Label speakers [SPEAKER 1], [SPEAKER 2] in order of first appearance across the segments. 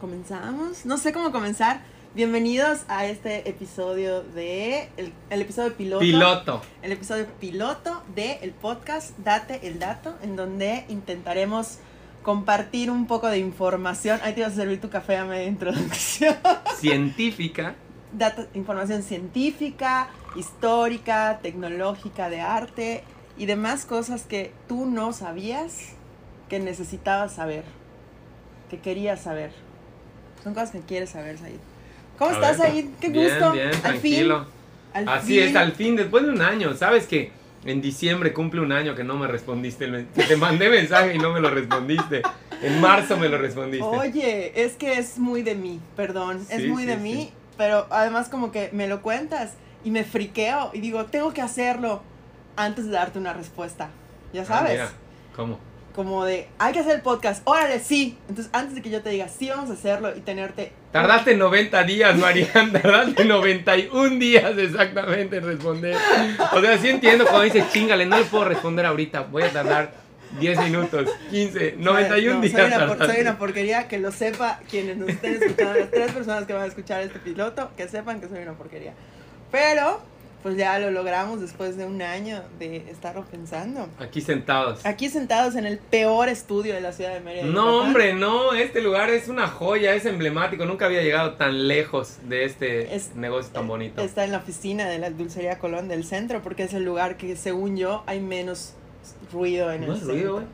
[SPEAKER 1] comenzamos. No sé cómo comenzar. Bienvenidos a este episodio de. El, el episodio piloto.
[SPEAKER 2] Piloto.
[SPEAKER 1] El episodio piloto del podcast Date el Dato, en donde intentaremos compartir un poco de información. Ahí te vas a servir tu café a media introducción.
[SPEAKER 2] Científica.
[SPEAKER 1] Data- información científica, histórica, tecnológica, de arte y demás cosas que tú no sabías que necesitabas saber, que querías saber. Son cosas que quieres saber, Said. ¿Cómo
[SPEAKER 2] A
[SPEAKER 1] estás,
[SPEAKER 2] ver.
[SPEAKER 1] Said? Qué
[SPEAKER 2] Bien,
[SPEAKER 1] gusto.
[SPEAKER 2] Bien,
[SPEAKER 1] al
[SPEAKER 2] tranquilo.
[SPEAKER 1] fin. al
[SPEAKER 2] Así
[SPEAKER 1] fin.
[SPEAKER 2] es, al fin, después de un año. ¿Sabes que En diciembre cumple un año que no me respondiste. el men- que te mandé mensaje y no me lo respondiste. En marzo me lo respondiste.
[SPEAKER 1] Oye, es que es muy de mí, perdón. es
[SPEAKER 2] Sí,
[SPEAKER 1] muy
[SPEAKER 2] sí,
[SPEAKER 1] de
[SPEAKER 2] sí.
[SPEAKER 1] mí, pero además como que me lo cuentas y me friqueo y digo, tengo que hacerlo antes de darte una respuesta. Ya
[SPEAKER 2] Ah,
[SPEAKER 1] sabes.
[SPEAKER 2] mira, ¿Cómo?
[SPEAKER 1] como de, hay que hacer el podcast, órale, sí. Entonces, antes de que yo te diga, sí, vamos a hacerlo y tenerte...
[SPEAKER 2] Tardaste 90 días, Marian, tardaste 91 días exactamente en responder. O sea, sí entiendo cuando dices, chingale, no le puedo responder ahorita, voy a tardar 10 minutos, 15, 91
[SPEAKER 1] No,
[SPEAKER 2] días.
[SPEAKER 1] Soy una, por-
[SPEAKER 2] tardaste.
[SPEAKER 1] soy una porquería, que lo sepa quienes nos estén escuchando, las tres personas que van a escuchar este piloto, que sepan que soy una porquería. Pero, pues ya lo logramos después de un año de estarlo pensando.
[SPEAKER 2] Aquí sentados.
[SPEAKER 1] Aquí sentados en el peor estudio de la ciudad de Mérida. Yucatán.
[SPEAKER 2] No, hombre, no, este lugar es una joya, es emblemático, nunca había llegado tan lejos de este
[SPEAKER 1] Es-
[SPEAKER 2] negocio tan bonito.
[SPEAKER 1] Está en la oficina de la Dulcería Colón del centro, porque es el lugar que, según yo, hay menos ruido en
[SPEAKER 2] no
[SPEAKER 1] el
[SPEAKER 2] es ruido, ¿eh?
[SPEAKER 1] centro.
[SPEAKER 2] güey.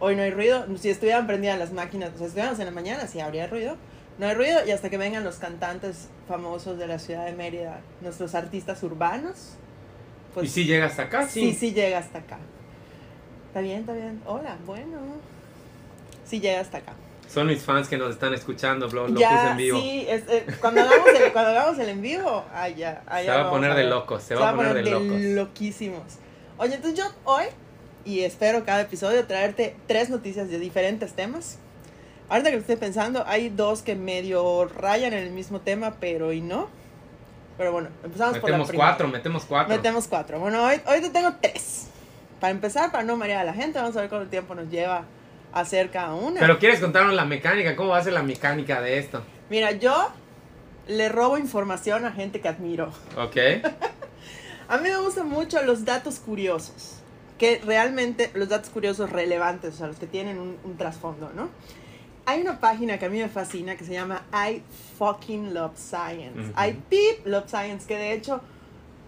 [SPEAKER 1] Hoy no hay ruido. Si estuvieran prendidas las máquinas, o sea, estuviéramos en la mañana, sí habría ruido. No hay ruido y hasta que vengan los cantantes famosos de la ciudad de Mérida, nuestros artistas urbanos, pues
[SPEAKER 2] Y si llegas acá, sí.
[SPEAKER 1] sí, sí llega hasta acá. Está bien, está bien. Hola, bueno. Sí llega hasta acá.
[SPEAKER 2] Son mis fans que nos están escuchando, lo, lo puse
[SPEAKER 1] ya,
[SPEAKER 2] en vivo.
[SPEAKER 1] sí, es- eh, cuando, hagamos el, cuando hagamos el en vivo, allá, allá
[SPEAKER 2] se va a
[SPEAKER 1] Ah, vamos
[SPEAKER 2] poner de
[SPEAKER 1] ver.
[SPEAKER 2] locos, se, va a poner de locos.
[SPEAKER 1] loquísimos. Oye, entonces yo hoy, y espero cada episodio, traerte tres noticias de diferentes temas. Ahorita que lo estoy pensando, hay dos que medio rayan en el mismo tema, pero y no. Pero bueno, empezamos por la
[SPEAKER 2] Metemos
[SPEAKER 1] primera.
[SPEAKER 2] cuatro, metemos cuatro.
[SPEAKER 1] Metemos cuatro. Bueno, hoy, hoy te tengo tres. Para empezar, para no marear a la gente, vamos a ver cuánto tiempo nos lleva acerca a una.
[SPEAKER 2] Pero quieres contarnos la mecánica, ¿cómo va a ser la mecánica de esto?
[SPEAKER 1] Mira, yo le robo información a gente que admiro.
[SPEAKER 2] Ok.
[SPEAKER 1] A mí me gustan mucho los datos curiosos, que realmente los datos curiosos relevantes, o sea, los que tienen un, un trasfondo, ¿no? Hay una página que a mí me fascina que se llama I fucking love science.
[SPEAKER 2] Ujú.
[SPEAKER 1] I peep love science, que de hecho,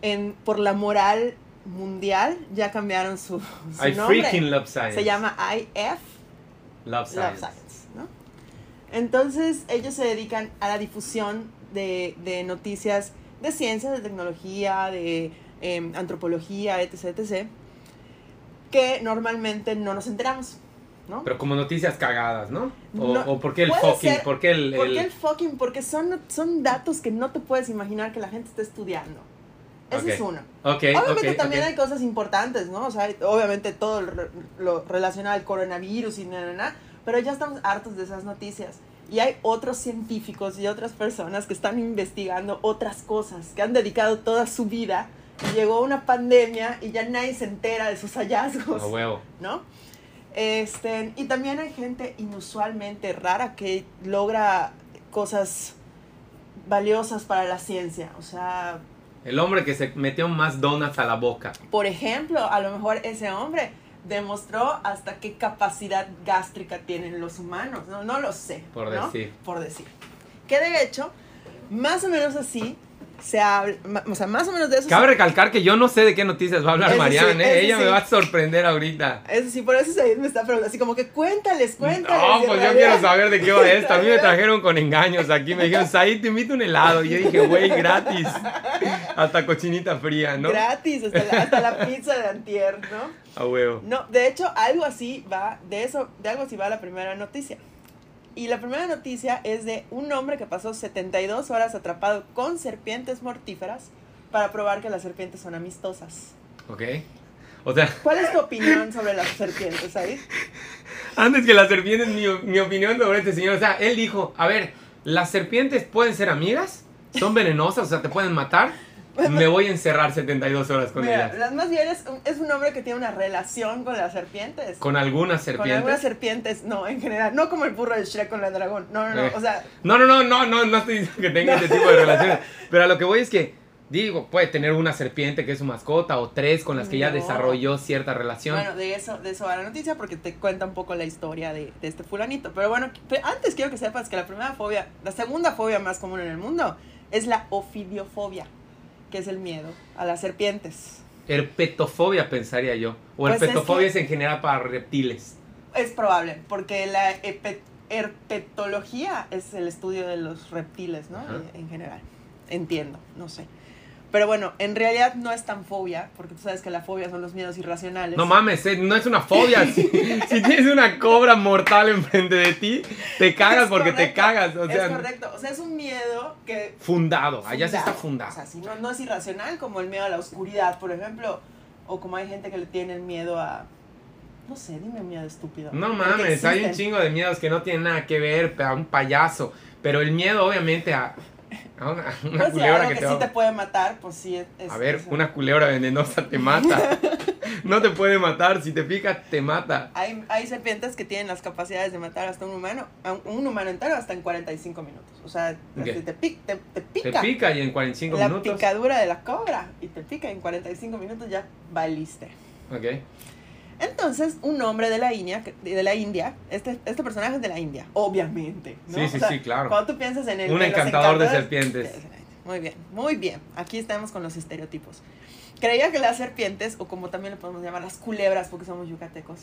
[SPEAKER 1] en, por la moral mundial, ya cambiaron su, su
[SPEAKER 2] I
[SPEAKER 1] nombre.
[SPEAKER 2] freaking love science.
[SPEAKER 1] se llama IF
[SPEAKER 2] Love
[SPEAKER 1] Love
[SPEAKER 2] Science.
[SPEAKER 1] Science, ¿no? Entonces, ellos se dedican a la difusión de, de noticias de ciencia, de tecnología, de eh, antropología, etc, etc, que normalmente no nos enteramos, ¿no?
[SPEAKER 2] Pero como noticias cagadas, ¿no? O,
[SPEAKER 1] No,
[SPEAKER 2] o por qué el
[SPEAKER 1] puede
[SPEAKER 2] fucking,
[SPEAKER 1] ser.
[SPEAKER 2] por qué el,
[SPEAKER 1] ¿Por
[SPEAKER 2] el-
[SPEAKER 1] qué el fucking? Porque son, son datos que no te puedes imaginar que la gente está estudiando. Ese
[SPEAKER 2] Ok.
[SPEAKER 1] es uno.
[SPEAKER 2] Ok,
[SPEAKER 1] Obviamente
[SPEAKER 2] ok,
[SPEAKER 1] también
[SPEAKER 2] ok.
[SPEAKER 1] hay cosas importantes, ¿no? O sea, hay- obviamente todo lo, re- lo relacionado al coronavirus y na, na, na, pero ya estamos hartos de esas noticias. Y hay otros científicos y otras personas que están investigando otras cosas, que han dedicado toda su vida. y Llegó una pandemia y ya nadie se entera de sus hallazgos,
[SPEAKER 2] A huevo.
[SPEAKER 1] ¿no? Este, y también hay gente inusualmente rara que logra cosas valiosas para la ciencia. O sea,
[SPEAKER 2] El hombre que se metió más donuts a la boca.
[SPEAKER 1] por ejemplo, a lo mejor ese hombre demostró hasta qué capacidad gástrica tienen los humanos. No, no lo sé.
[SPEAKER 2] Por
[SPEAKER 1] ¿no?
[SPEAKER 2] decir.
[SPEAKER 1] Por decir. Que de hecho, más o menos así se habla. ma- O sea, más o menos de eso. se-
[SPEAKER 2] Cabe recalcar que yo no sé de qué noticias va a hablar
[SPEAKER 1] Eso sí,
[SPEAKER 2] Mariana, ¿eh?
[SPEAKER 1] eso
[SPEAKER 2] Ella
[SPEAKER 1] sí.
[SPEAKER 2] me va a sorprender ahorita.
[SPEAKER 1] Eso sí, por eso Said me está preguntando. Así como que cuéntales, cuéntales.
[SPEAKER 2] No,
[SPEAKER 1] y en
[SPEAKER 2] pues yo
[SPEAKER 1] realidad-
[SPEAKER 2] quiero saber de qué va esto. A mí me trajeron con engaños aquí. Me dijeron, Said, te invito un helado. Y yo dije, güey, gratis. Hasta cochinita fría, ¿no?
[SPEAKER 1] Gratis, hasta la, hasta la pizza de Antier, ¿no?
[SPEAKER 2] A huevo.
[SPEAKER 1] No, de hecho, algo así va, de eso, de algo así va la primera noticia. Y la primera noticia es de un hombre que pasó 72 horas atrapado con serpientes mortíferas para probar que las serpientes son amistosas.
[SPEAKER 2] Ok. O sea,
[SPEAKER 1] ¿Cuál es tu opinión sobre las serpientes, Said?
[SPEAKER 2] antes que las serpientes, mi, mi opinión sobre este señor. O sea, él dijo, a ver, ¿las serpientes pueden ser amigas? ¿Son venenosas? O sea, ¿te pueden matar? Me voy a encerrar 72 horas con
[SPEAKER 1] Mira,
[SPEAKER 2] ellas.
[SPEAKER 1] las- más bien es, un- es un hombre que tiene una relación con las serpientes.
[SPEAKER 2] Con algunas
[SPEAKER 1] Con algunas
[SPEAKER 2] serpientes.
[SPEAKER 1] serpientes, no, en general. No como el burro de Shrek con la dragón. No, no, no.
[SPEAKER 2] Eh.
[SPEAKER 1] O sea,
[SPEAKER 2] No, no, no, no, no, no estoy diciendo que tenga este tipo de relaciones. Pero a lo que voy es que, digo, puede tener una serpiente que es su mascota o tres con las que ya
[SPEAKER 1] No.
[SPEAKER 2] desarrolló cierta relación.
[SPEAKER 1] bueno, de eso, de eso va la noticia porque te cuenta un poco la historia de, de este fulanito. Pero bueno, que- antes quiero que sepas que la primera fobia, la segunda fobia más común en el mundo es la ofidiofobia, que es el miedo a las serpientes.
[SPEAKER 2] Herpetofobia pensaría yo. O
[SPEAKER 1] Pues es
[SPEAKER 2] herpetofobia
[SPEAKER 1] que-
[SPEAKER 2] es, en general para reptiles.
[SPEAKER 1] Es probable, porque la epe- herpetología es el estudio de los reptiles, ¿no?
[SPEAKER 2] Ajá.
[SPEAKER 1] En general. Entiendo, no sé. Pero bueno, en realidad no es tan fobia, porque tú sabes que la fobia son los miedos irracionales.
[SPEAKER 2] No mames, eh, no es una fobia. Si, si tienes una cobra mortal enfrente de ti, te cagas
[SPEAKER 1] Es
[SPEAKER 2] porque te
[SPEAKER 1] correcto,
[SPEAKER 2] cagas. O sea,
[SPEAKER 1] es correcto, o sea, es un miedo que...
[SPEAKER 2] fundado. Allá se está
[SPEAKER 1] fundado.
[SPEAKER 2] fundado.
[SPEAKER 1] O sea, si no, no es irracional, como el miedo a la oscuridad, por ejemplo, o como hay gente que le tiene el miedo a... No sé, dime miedo estúpido.
[SPEAKER 2] No
[SPEAKER 1] Porque
[SPEAKER 2] mames, hay un
[SPEAKER 1] existen.
[SPEAKER 2] chingo de miedos que no tienen nada que ver pe- a un payaso. Pero el miedo, obviamente, a, a una, a una
[SPEAKER 1] Pues sí,
[SPEAKER 2] culebra
[SPEAKER 1] algo
[SPEAKER 2] que
[SPEAKER 1] que,
[SPEAKER 2] te
[SPEAKER 1] sí te
[SPEAKER 2] va
[SPEAKER 1] puede matar, pues sí. Es,
[SPEAKER 2] a... ver,
[SPEAKER 1] es-
[SPEAKER 2] una culebra venenosa te mata. No te puede matar. Si te pica, te mata.
[SPEAKER 1] Hay, hay serpientes que tienen las capacidades de matar hasta un humano, a un, un humano entero hasta en 45 minutos. O sea,
[SPEAKER 2] Ok.
[SPEAKER 1] te, te pic- te- te
[SPEAKER 2] Te
[SPEAKER 1] pica.
[SPEAKER 2] pica y en 45
[SPEAKER 1] la
[SPEAKER 2] minutos.
[SPEAKER 1] picadura de la cobra y te pica en 45 minutos ya valiste.
[SPEAKER 2] Ok.
[SPEAKER 1] Entonces, un hombre de la India, que- de la India este, este personaje es de la India, obviamente. ¿no?
[SPEAKER 2] Sí,
[SPEAKER 1] O
[SPEAKER 2] sí,
[SPEAKER 1] sea,
[SPEAKER 2] sí, claro.
[SPEAKER 1] Cuando tú piensas en el.
[SPEAKER 2] Un
[SPEAKER 1] en los
[SPEAKER 2] encantador de
[SPEAKER 1] encantadores-
[SPEAKER 2] serpientes.
[SPEAKER 1] Muy bien, muy bien. Aquí estamos con los estereotipos. Creía que las serpientes, o como también le podemos llamar las culebras, porque somos yucatecos.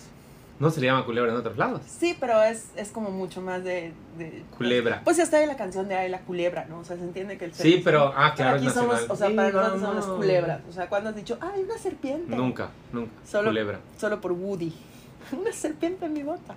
[SPEAKER 2] No se le llama culebra en otros lados.
[SPEAKER 1] Sí, pero es, es como mucho más de, de-
[SPEAKER 2] Culebra.
[SPEAKER 1] Pues ya está ahí la canción de Ay, la culebra, ¿no? O sea, se entiende que el
[SPEAKER 2] Sí, pero. Ah, claro,
[SPEAKER 1] Pues, aquí
[SPEAKER 2] es nacional.
[SPEAKER 1] somos, o sea,
[SPEAKER 2] Sí,
[SPEAKER 1] para nosotros son las
[SPEAKER 2] vamos.
[SPEAKER 1] culebras. O sea, cuando has dicho, ay, una serpiente.
[SPEAKER 2] Nunca, nunca.
[SPEAKER 1] Solo-
[SPEAKER 2] Culebra.
[SPEAKER 1] Solo por Woody. una serpiente en mi bota.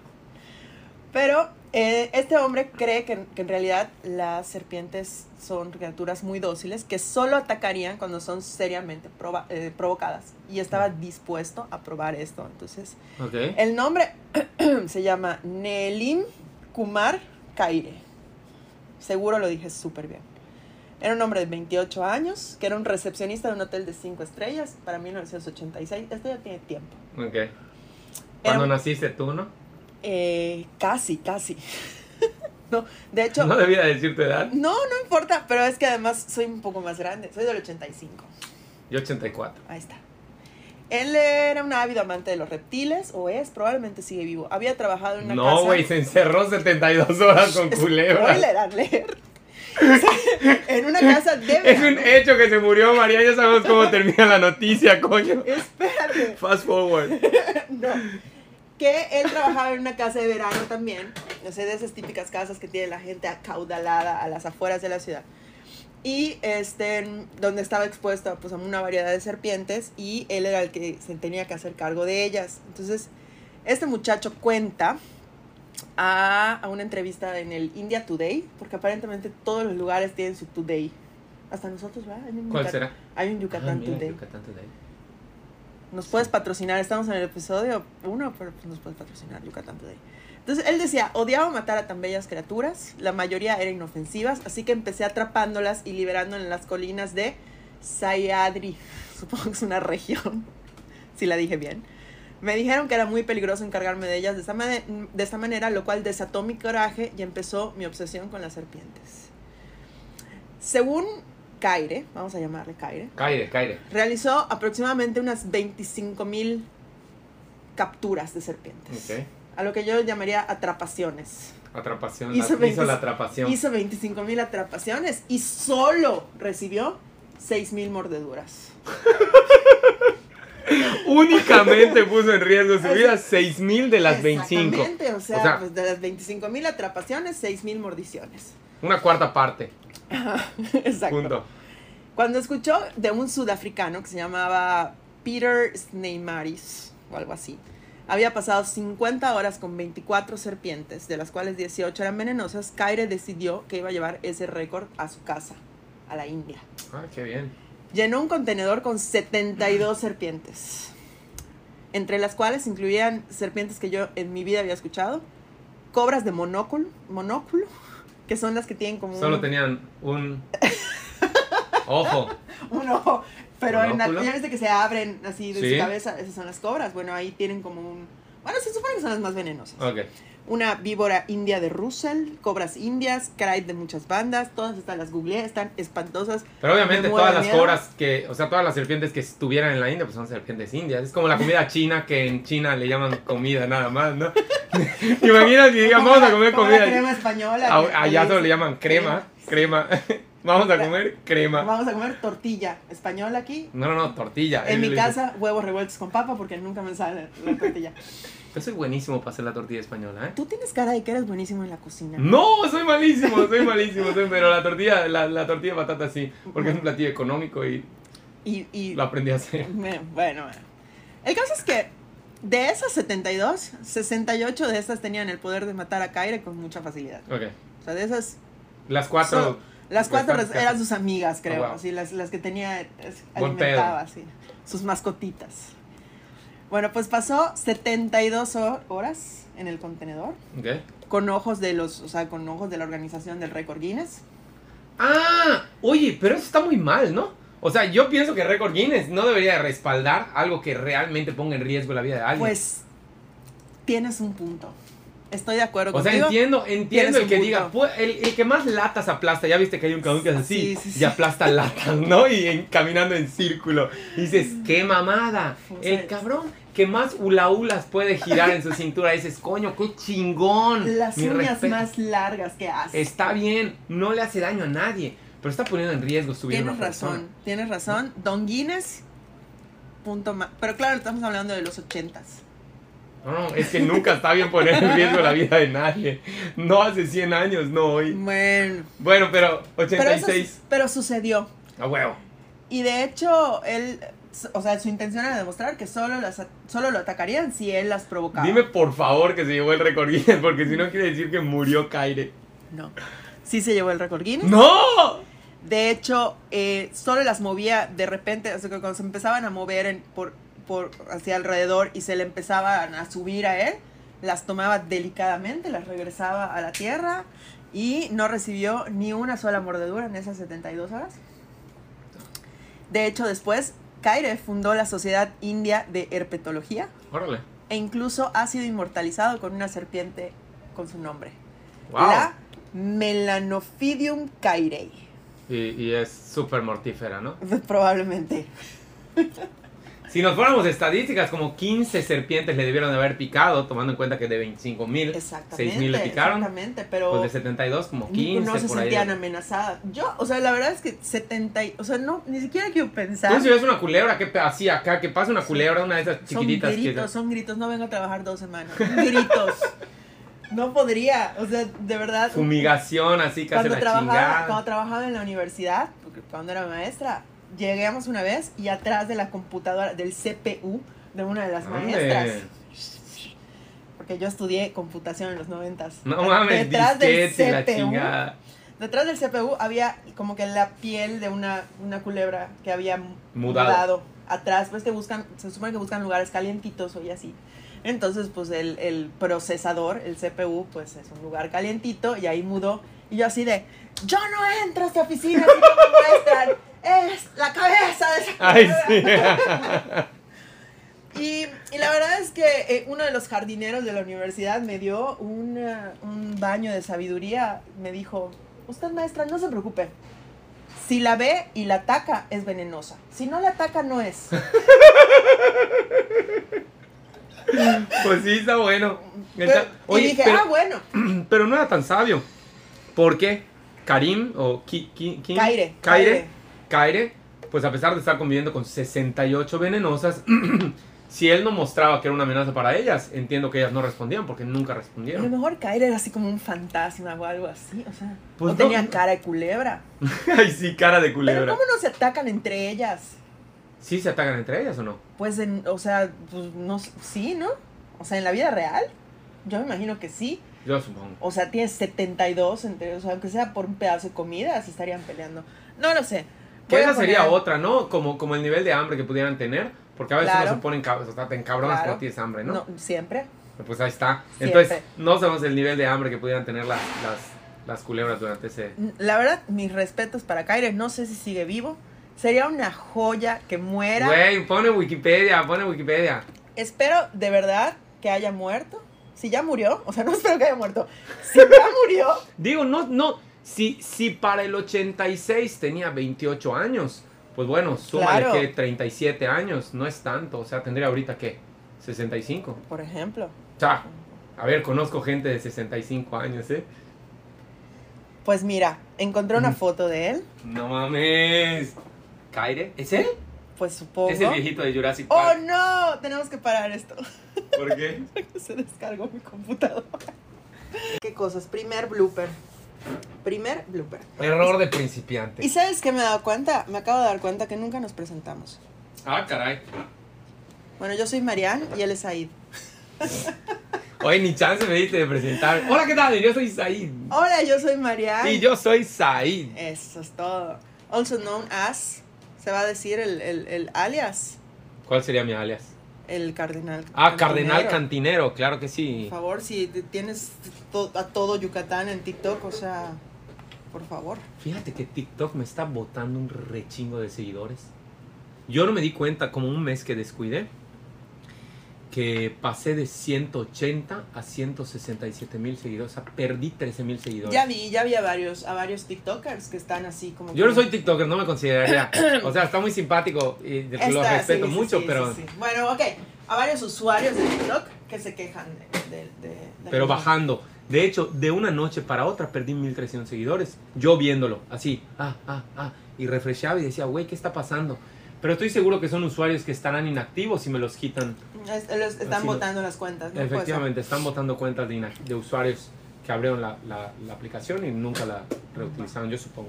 [SPEAKER 1] Pero eh, este hombre cree que, que en realidad las serpientes son criaturas muy dóciles que solo atacarían cuando son seriamente proba- eh, provocadas. Y estaba dispuesto a probar esto. Entonces,
[SPEAKER 2] Ok.
[SPEAKER 1] el nombre se llama Neelim Kumar Kaire. Seguro lo dije súper bien. Era un hombre de 28 años, que era un recepcionista de un hotel de 5 estrellas para 1986. Esto ya tiene tiempo.
[SPEAKER 2] Ok.
[SPEAKER 1] Era
[SPEAKER 2] Cuando
[SPEAKER 1] un-
[SPEAKER 2] naciste tú, ¿no?
[SPEAKER 1] eh, casi, casi. no, de hecho,
[SPEAKER 2] No
[SPEAKER 1] no,
[SPEAKER 2] debía decir tu edad.
[SPEAKER 1] no importa, pero es que además soy un poco más grande. Soy del 85.
[SPEAKER 2] Yo 84.
[SPEAKER 1] Ahí está. Él era un ávido amante de los reptiles, o es, probablemente sigue vivo. Había trabajado en una casa...
[SPEAKER 2] No, güey, se encerró 72 horas con culebras.
[SPEAKER 1] Spoiler alert. O sea, en una casa de
[SPEAKER 2] Es un
[SPEAKER 1] verano.
[SPEAKER 2] hecho que se murió María, ya sabemos cómo termina la noticia, coño.
[SPEAKER 1] Espérate.
[SPEAKER 2] Fast forward.
[SPEAKER 1] No. Que él trabajaba en una casa de verano también. No sé, de esas típicas casas que tiene la gente acaudalada a las afueras de la ciudad. Y este, en- donde estaba expuesta pues, a una variedad de serpientes y él era el que se tenía que hacer cargo de ellas. Entonces, este muchacho cuenta a, a una entrevista en el India Today, porque aparentemente todos los lugares tienen su Today. Hasta nosotros, ¿verdad? Hay un
[SPEAKER 2] ¿Cuál
[SPEAKER 1] Yucat-
[SPEAKER 2] será?
[SPEAKER 1] Hay un Yucatán
[SPEAKER 2] Ah, mira,
[SPEAKER 1] Today.
[SPEAKER 2] Yucatán Today.
[SPEAKER 1] Nos puedes patrocinar, estamos en el episodio 1, pero pues, nos puedes patrocinar, Yucatán Today. Entonces él decía, odiaba matar a tan bellas criaturas, la mayoría eran inofensivas, así que empecé atrapándolas y liberándolas en las colinas de Sayadri, supongo que es una región, si la dije bien. Me dijeron que era muy peligroso encargarme de ellas de esa, mane- de esa manera, lo cual desató mi coraje y empezó mi obsesión con las serpientes. Según Caire, vamos a llamarle Caire,
[SPEAKER 2] Caire, Caire.
[SPEAKER 1] Realizó aproximadamente unas 25 mil capturas de serpientes.
[SPEAKER 2] Ok.
[SPEAKER 1] A lo que yo llamaría atrapaciones.
[SPEAKER 2] Atrapación.
[SPEAKER 1] Hizo
[SPEAKER 2] Hizo, la,
[SPEAKER 1] 20
[SPEAKER 2] hizo la atrapación.
[SPEAKER 1] Hizo 25 mil atrapaciones y solo recibió 6 mil mordeduras.
[SPEAKER 2] Únicamente puso en riesgo su vida 6.000 de las 25.
[SPEAKER 1] Exactamente, o sea,
[SPEAKER 2] O sea-
[SPEAKER 1] pues, de las 25 mil atrapaciones, 6 mil mordiciones.
[SPEAKER 2] Una cuarta parte.
[SPEAKER 1] Exacto.
[SPEAKER 2] Punto.
[SPEAKER 1] Cuando escuchó de un sudafricano que se llamaba Peter Sneymaris o algo así, había pasado 50 horas con 24 serpientes, de las cuales 18 eran venenosas, Kaire decidió que iba a llevar ese récord a su casa, a la India.
[SPEAKER 2] Ah, qué bien.
[SPEAKER 1] Llenó un contenedor con 72 serpientes, entre las cuales incluían serpientes que yo en mi vida había escuchado, cobras de monóculo, monóculo que son las que tienen como
[SPEAKER 2] Solo
[SPEAKER 1] un-
[SPEAKER 2] tenían un Ojo.
[SPEAKER 1] un ojo. Pero
[SPEAKER 2] ¿Un
[SPEAKER 1] en la,
[SPEAKER 2] óculo?
[SPEAKER 1] ya viste que se abren así de
[SPEAKER 2] Sí.
[SPEAKER 1] su cabeza, esas son las cobras. Bueno, ahí tienen como un... Bueno, se supone que son las más venenosas.
[SPEAKER 2] Ok.
[SPEAKER 1] Una víbora india de Russell, cobras indias, Kraid de muchas bandas, todas estas las googleé, están espantosas.
[SPEAKER 2] Pero obviamente
[SPEAKER 1] Me muero
[SPEAKER 2] todas
[SPEAKER 1] de
[SPEAKER 2] las
[SPEAKER 1] miedo.
[SPEAKER 2] cobras que, o sea, todas las serpientes que estuvieran en la India, pues son serpientes indias. Es como la comida china que en China le llaman comida nada más, ¿no? ¿Te imaginas que digan,
[SPEAKER 1] Como
[SPEAKER 2] vamos
[SPEAKER 1] la-
[SPEAKER 2] a comer
[SPEAKER 1] como
[SPEAKER 2] comida?
[SPEAKER 1] La crema española.
[SPEAKER 2] A-
[SPEAKER 1] que-
[SPEAKER 2] allá
[SPEAKER 1] que
[SPEAKER 2] solo
[SPEAKER 1] dicen-
[SPEAKER 2] le llaman crema, crema. vamos a comer crema.
[SPEAKER 1] Vamos a comer tortilla española aquí.
[SPEAKER 2] No, no, no, tortilla.
[SPEAKER 1] En
[SPEAKER 2] Él
[SPEAKER 1] mi
[SPEAKER 2] le
[SPEAKER 1] casa, huevos revueltos con papa porque nunca me sale la tortilla.
[SPEAKER 2] dice, Yo soy buenísimo para hacer la tortilla española, ¿eh?
[SPEAKER 1] Tú tienes cara de que eres buenísimo en la cocina.
[SPEAKER 2] No, soy malísimo, soy malísimo, soy- pero la tortilla, la, la tortilla de patata sí, porque es un platillo económico y
[SPEAKER 1] Y, y
[SPEAKER 2] lo aprendí a hacer.
[SPEAKER 1] Me- bueno, bueno. El caso es que de esas 72, 68 de esas tenían el poder de matar a Kaire con mucha facilidad.
[SPEAKER 2] Ok.
[SPEAKER 1] O sea, de esas,
[SPEAKER 2] Las cuatro.
[SPEAKER 1] Solo- las
[SPEAKER 2] Pues
[SPEAKER 1] cuatro
[SPEAKER 2] tantas
[SPEAKER 1] las- eran sus amigas, creo.
[SPEAKER 2] Oh, wow.
[SPEAKER 1] así, las, las que tenía es-
[SPEAKER 2] Buen pedo.
[SPEAKER 1] alimentaba, así, sus mascotitas. Bueno, pues pasó 72 ho- horas en el contenedor
[SPEAKER 2] Ok.
[SPEAKER 1] con ojos de los, o sea, con ojos de la organización del récord Guinness.
[SPEAKER 2] Ah, oye, pero eso está muy mal, ¿no? O sea, yo pienso que Record Guinness no debería respaldar algo que realmente ponga en riesgo la vida de alguien.
[SPEAKER 1] Pues tienes un punto. Estoy de acuerdo
[SPEAKER 2] o sea,
[SPEAKER 1] contigo.
[SPEAKER 2] entiendo, entiendo
[SPEAKER 1] tienes
[SPEAKER 2] el
[SPEAKER 1] un
[SPEAKER 2] que
[SPEAKER 1] punto.
[SPEAKER 2] diga, "Pu- el, el que más latas aplasta, ya viste que hay un cabrón que es así,
[SPEAKER 1] Sí, sí, sí.
[SPEAKER 2] y aplasta latas, ¿no? Y en- caminando en círculo. Y dices, qué mamada.
[SPEAKER 1] O sea,
[SPEAKER 2] El cabrón que más hulahulas puede girar en su cintura, dices, coño, qué chingón.
[SPEAKER 1] Las
[SPEAKER 2] Mi
[SPEAKER 1] uñas
[SPEAKER 2] respeto".
[SPEAKER 1] más largas que haces.
[SPEAKER 2] Está bien, no le hace daño a nadie, pero está poniendo en riesgo su vida. a
[SPEAKER 1] Tienes
[SPEAKER 2] una persona.
[SPEAKER 1] razón, tienes razón. Don Guinness, punto más. Pero claro, estamos hablando de los ochentas.
[SPEAKER 2] No, no, es que nunca está bien poner en riesgo la vida de nadie. No hace 100 años, no hoy.
[SPEAKER 1] Bueno.
[SPEAKER 2] Bueno, pero
[SPEAKER 1] Pero, eso-
[SPEAKER 2] 86.
[SPEAKER 1] pero sucedió.
[SPEAKER 2] A huevo.
[SPEAKER 1] Y de hecho, él, o sea, su intención era demostrar que solo, las, solo lo atacarían si él las provocaba.
[SPEAKER 2] Dime por favor que se llevó el récord Guinness, porque si no quiere decir que murió Caire.
[SPEAKER 1] No. Sí se llevó el récord Guinness.
[SPEAKER 2] ¡No!
[SPEAKER 1] De hecho, eh, solo las movía de repente, o sea, que cuando se empezaban a mover en- por, por hacia alrededor y se le empezaban a subir a él, las tomaba delicadamente, las regresaba a la tierra y no recibió ni una sola mordedura en esas 72 horas. De hecho, después, Caire fundó la Sociedad India de Herpetología
[SPEAKER 2] Órale.
[SPEAKER 1] e incluso ha sido inmortalizado con una serpiente con su nombre,
[SPEAKER 2] Wow.
[SPEAKER 1] la Melanophidium cairei.
[SPEAKER 2] Y, y es súper mortífera, ¿no?
[SPEAKER 1] Probablemente.
[SPEAKER 2] Si nos fuéramos estadísticas, como 15 serpientes le debieron haber picado, tomando en cuenta que de 25 mil, 6
[SPEAKER 1] Exactamente.
[SPEAKER 2] mil le picaron.
[SPEAKER 1] Exactamente, pero
[SPEAKER 2] Pues de 72, como 15
[SPEAKER 1] no se
[SPEAKER 2] por ahí.
[SPEAKER 1] sentían amenazadas. Yo, o sea, la verdad es que 70, y- o sea, no, ni siquiera quiero pensar.
[SPEAKER 2] Tú si ves una culebra, ¿qué hacía acá? Que pasa una culebra, una de esas
[SPEAKER 1] son
[SPEAKER 2] chiquititas que-
[SPEAKER 1] gritos, son gritos, no vengo a trabajar dos semanas. Son gritos. no podría, o sea, de verdad.
[SPEAKER 2] fumigación así que hace
[SPEAKER 1] Cuando
[SPEAKER 2] la
[SPEAKER 1] trabajaba, cuando
[SPEAKER 2] chingada.
[SPEAKER 1] trabajaba en la universidad, porque cuando era maestra, llegamos una vez y atrás de la computadora, del CPU de una de las
[SPEAKER 2] Hombre.
[SPEAKER 1] maestras. Porque yo estudié computación en los noventas.
[SPEAKER 2] No mames,
[SPEAKER 1] detrás del
[SPEAKER 2] disquetes y la
[SPEAKER 1] CPU,
[SPEAKER 2] chingada.
[SPEAKER 1] Detrás del CPU había como que la piel de una, una culebra que había mu-
[SPEAKER 2] Mudado.
[SPEAKER 1] Atrás, pues que buscan, se supone que buscan lugares calientitos o y así. Entonces, pues el, el procesador, el CPU, pues es un lugar calientito y ahí mudó. Y yo así de, yo no entro a esta oficina así como muestran. Es la cabeza de esa
[SPEAKER 2] Ay,
[SPEAKER 1] culebra".
[SPEAKER 2] sí.
[SPEAKER 1] Y, y la verdad es que eh, uno de los jardineros de la universidad me dio una- un baño de sabiduría. Me dijo, usted maestra, no se preocupe. Si la ve y la ataca, es venenosa. Si no la ataca, no es.
[SPEAKER 2] Pues sí, está bueno.
[SPEAKER 1] Pero-
[SPEAKER 2] Está- Oye,
[SPEAKER 1] y dije,
[SPEAKER 2] pero, ¿Mm?
[SPEAKER 1] ah, bueno,
[SPEAKER 2] pero no era tan sabio. Porque Karim o Ki, Ki- Kim-
[SPEAKER 1] Caire.
[SPEAKER 2] Caire. Caire, pues a pesar de estar conviviendo con 68 venenosas, si él no mostraba que era una amenaza para ellas, entiendo que ellas no respondían porque nunca
[SPEAKER 1] A lo
[SPEAKER 2] respondieron.
[SPEAKER 1] mejor Kaira era así como un fantasma o algo así. O sea,
[SPEAKER 2] Pues
[SPEAKER 1] o
[SPEAKER 2] no.
[SPEAKER 1] tenía cara de culebra.
[SPEAKER 2] Ay, sí, cara de
[SPEAKER 1] Pero
[SPEAKER 2] culebra.
[SPEAKER 1] ¿cómo no se atacan entre ellas?
[SPEAKER 2] ¿Sí se atacan entre ellas o no?
[SPEAKER 1] Pues, en, o sea, pues no, s- sí, ¿no? O sea, en la vida real, yo me imagino que sí.
[SPEAKER 2] Yo supongo.
[SPEAKER 1] O sea, tienes 72, entre, o sea, aunque sea por un pedazo de comida, se estarían peleando. No lo sé.
[SPEAKER 2] Que
[SPEAKER 1] Voy a
[SPEAKER 2] esa sería
[SPEAKER 1] poner-
[SPEAKER 2] otra, ¿no? Como, como el nivel de hambre que pudieran tener. Porque a veces
[SPEAKER 1] Claro.
[SPEAKER 2] uno se ponen cabronas, o sea, te encabronas
[SPEAKER 1] Claro.
[SPEAKER 2] cuando tienes hambre, ¿no?
[SPEAKER 1] No, siempre.
[SPEAKER 2] Pues ahí está.
[SPEAKER 1] Siempre.
[SPEAKER 2] Entonces, no sabemos el nivel de hambre que pudieran tener las, las las culebras durante ese...
[SPEAKER 1] La verdad, mis respetos para Kyrie. No sé si sigue vivo. Sería una joya que muera.
[SPEAKER 2] Güey, pone Wikipedia, pone Wikipedia.
[SPEAKER 1] Espero de verdad que haya muerto. Si ya murió, o sea, no espero que haya muerto. Si ya murió,
[SPEAKER 2] Digo, no, no, si, si para el 86 tenía 28 años, pues bueno, súmale
[SPEAKER 1] Claro.
[SPEAKER 2] que 37 años, no es tanto, o sea, tendría ahorita que 65.
[SPEAKER 1] por ejemplo,
[SPEAKER 2] O sea, a ver, conozco gente de 65 años, ¿eh?
[SPEAKER 1] pues mira, encontré una
[SPEAKER 2] Ujú.
[SPEAKER 1] foto de él.
[SPEAKER 2] No mames. ¿Caire? ¿Es él?
[SPEAKER 1] Pues supongo.
[SPEAKER 2] Es el viejito de Jurassic
[SPEAKER 1] ¡Oh,
[SPEAKER 2] Park.
[SPEAKER 1] no! Tenemos que parar esto.
[SPEAKER 2] ¿Por qué?
[SPEAKER 1] Se descargó mi computadora. ¿Qué cosas? Primer blooper. Primer blooper.
[SPEAKER 2] Error de principiante.
[SPEAKER 1] ¿Y sabes qué me he dado cuenta? Me acabo de dar cuenta que nunca nos presentamos.
[SPEAKER 2] Ah, caray.
[SPEAKER 1] Bueno, yo soy Marianne y él es Said.
[SPEAKER 2] Oye, ni chance me diste de presentar. Hola, ¿qué tal? Yo soy Said.
[SPEAKER 1] Hola, yo soy Marianne.
[SPEAKER 2] Y yo soy Said.
[SPEAKER 1] Eso es todo. Also known as, se va a decir el, el- el alias,
[SPEAKER 2] ¿Cuál sería mi alias?
[SPEAKER 1] el cardenal.
[SPEAKER 2] Ah, Cardenal
[SPEAKER 1] Cantinero.
[SPEAKER 2] Cantinero, claro que
[SPEAKER 1] Por
[SPEAKER 2] sí.
[SPEAKER 1] favor, si te- tienes to- a todo Yucatán en TikTok, o sea, por favor.
[SPEAKER 2] Fíjate que TikTok me está botando un rechingo de seguidores. Yo no me di cuenta como un mes que descuidé que pasé de 180 a 167 mil seguidores. O sea, perdí 13 mil seguidores.
[SPEAKER 1] Ya vi, ya vi a varios, a varios TikTokers que están así como.
[SPEAKER 2] Yo
[SPEAKER 1] que-
[SPEAKER 2] no soy TikToker, no me consideraría. O sea, está muy simpático y
[SPEAKER 1] Está,
[SPEAKER 2] lo respeto
[SPEAKER 1] sí, sí,
[SPEAKER 2] mucho,
[SPEAKER 1] sí,
[SPEAKER 2] pero,
[SPEAKER 1] sí, sí. Bueno, ok. A varios usuarios de TikTok que se quejan de. de- de- de-
[SPEAKER 2] pero bajando. De hecho, de una noche para otra perdí 1300 seguidores. Yo viéndolo, así, ah, ah, ah. Y refresheaba y decía, güey, ¿qué está pasando? Pero estoy seguro que son usuarios que estarán inactivos y me los quitan.
[SPEAKER 1] Es- los están
[SPEAKER 2] Así lo-
[SPEAKER 1] votando las cuentas, ¿no? Puede ser.
[SPEAKER 2] Efectivamente, están botando cuentas de, inac- de usuarios que abrieron la, la- la aplicación y nunca la reutilizaron, yo supongo.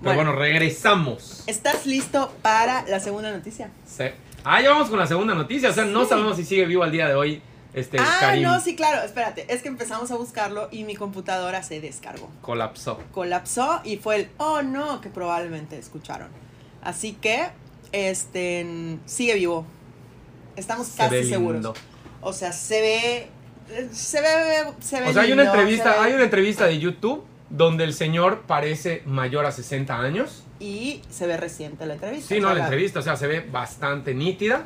[SPEAKER 2] Pero
[SPEAKER 1] Bueno.
[SPEAKER 2] bueno, regresamos.
[SPEAKER 1] ¿Estás listo para la segunda noticia?
[SPEAKER 2] Se- Ah, ya vamos con la segunda noticia. O sea, no
[SPEAKER 1] Sí.
[SPEAKER 2] sabemos si sigue vivo al día de hoy. Este,
[SPEAKER 1] ah,
[SPEAKER 2] Karim
[SPEAKER 1] no, sí, claro, espérate. Es que empezamos a buscarlo y mi computadora se descargó.
[SPEAKER 2] colapsó.
[SPEAKER 1] Colapsó y fue el oh no que probablemente escucharon. Así que, este, sigue vivo. Estamos
[SPEAKER 2] Se ve
[SPEAKER 1] casi
[SPEAKER 2] lindo.
[SPEAKER 1] seguros. O sea, se ve. Se ve. Se ve
[SPEAKER 2] O sea, hay una
[SPEAKER 1] lindo, se
[SPEAKER 2] entrevista,
[SPEAKER 1] ve-
[SPEAKER 2] hay una entrevista de YouTube donde el señor parece mayor a 60 años.
[SPEAKER 1] Y se ve reciente la entrevista.
[SPEAKER 2] Sí,
[SPEAKER 1] o
[SPEAKER 2] no,
[SPEAKER 1] sea,
[SPEAKER 2] la entrevista, o sea, se ve bastante nítida.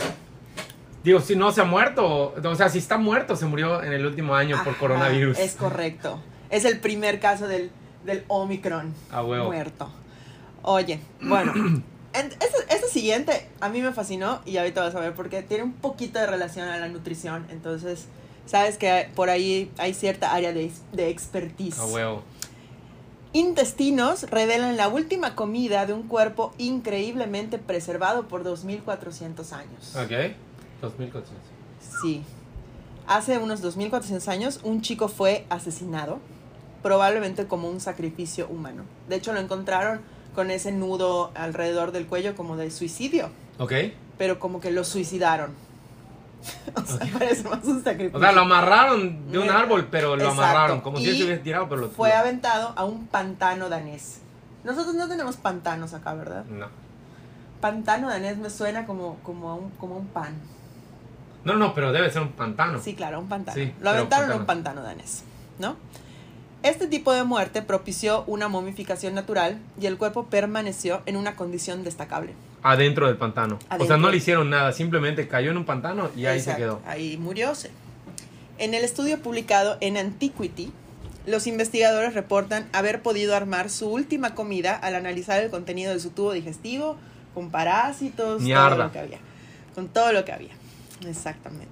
[SPEAKER 2] Digo, si no se ha muerto, o sea, si está muerto, se murió en el último año por
[SPEAKER 1] Ajá,
[SPEAKER 2] coronavirus.
[SPEAKER 1] Es correcto. Es el primer caso del, del Omicron.
[SPEAKER 2] A huevo.
[SPEAKER 1] Muerto. Oye, bueno. en- Este, este siguiente a mí me fascinó y ahorita vas a ver porque tiene un poquito de relación a la nutrición. Entonces, sabes que por ahí hay cierta área de, de expertise.
[SPEAKER 2] A Ah, huevo.
[SPEAKER 1] Intestinos revelan la última comida de un cuerpo increíblemente preservado por 2400 años.
[SPEAKER 2] Ok. 2400.
[SPEAKER 1] Sí. Hace unos 2400 años un chico fue asesinado, probablemente como un sacrificio humano. De hecho, lo encontraron con ese nudo alrededor del cuello como de suicidio,
[SPEAKER 2] Ok.
[SPEAKER 1] pero como que lo suicidaron. o sea, parece más un sacrificio.
[SPEAKER 2] O sea, lo amarraron de un
[SPEAKER 1] Neta.
[SPEAKER 2] árbol, pero lo
[SPEAKER 1] Exacto.
[SPEAKER 2] amarraron. Como si
[SPEAKER 1] Y
[SPEAKER 2] él se hubiera tirado, pero lo
[SPEAKER 1] Fue aventado a un pantano danés. Nosotros no tenemos pantanos acá, ¿verdad?
[SPEAKER 2] No.
[SPEAKER 1] Pantano danés me suena como, como, a un, como a un pan.
[SPEAKER 2] No, no, pero debe ser un pantano.
[SPEAKER 1] Sí, claro, un pantano.
[SPEAKER 2] Sí,
[SPEAKER 1] lo
[SPEAKER 2] pero
[SPEAKER 1] aventaron en un pantano danés, ¿no? Este tipo de muerte propició una momificación natural y el cuerpo permaneció en una condición destacable.
[SPEAKER 2] Adentro del pantano. O sea,
[SPEAKER 1] Adentro.
[SPEAKER 2] no le hicieron nada, simplemente cayó en un pantano y ahí se
[SPEAKER 1] Exacto,
[SPEAKER 2] quedó.
[SPEAKER 1] Ahí murióse. En el estudio publicado en Antiquity, los investigadores reportan haber podido armar su última comida al analizar el contenido de su tubo digestivo con parásitos, todo
[SPEAKER 2] Mierda.
[SPEAKER 1] lo que había. Con todo lo que había. Exactamente.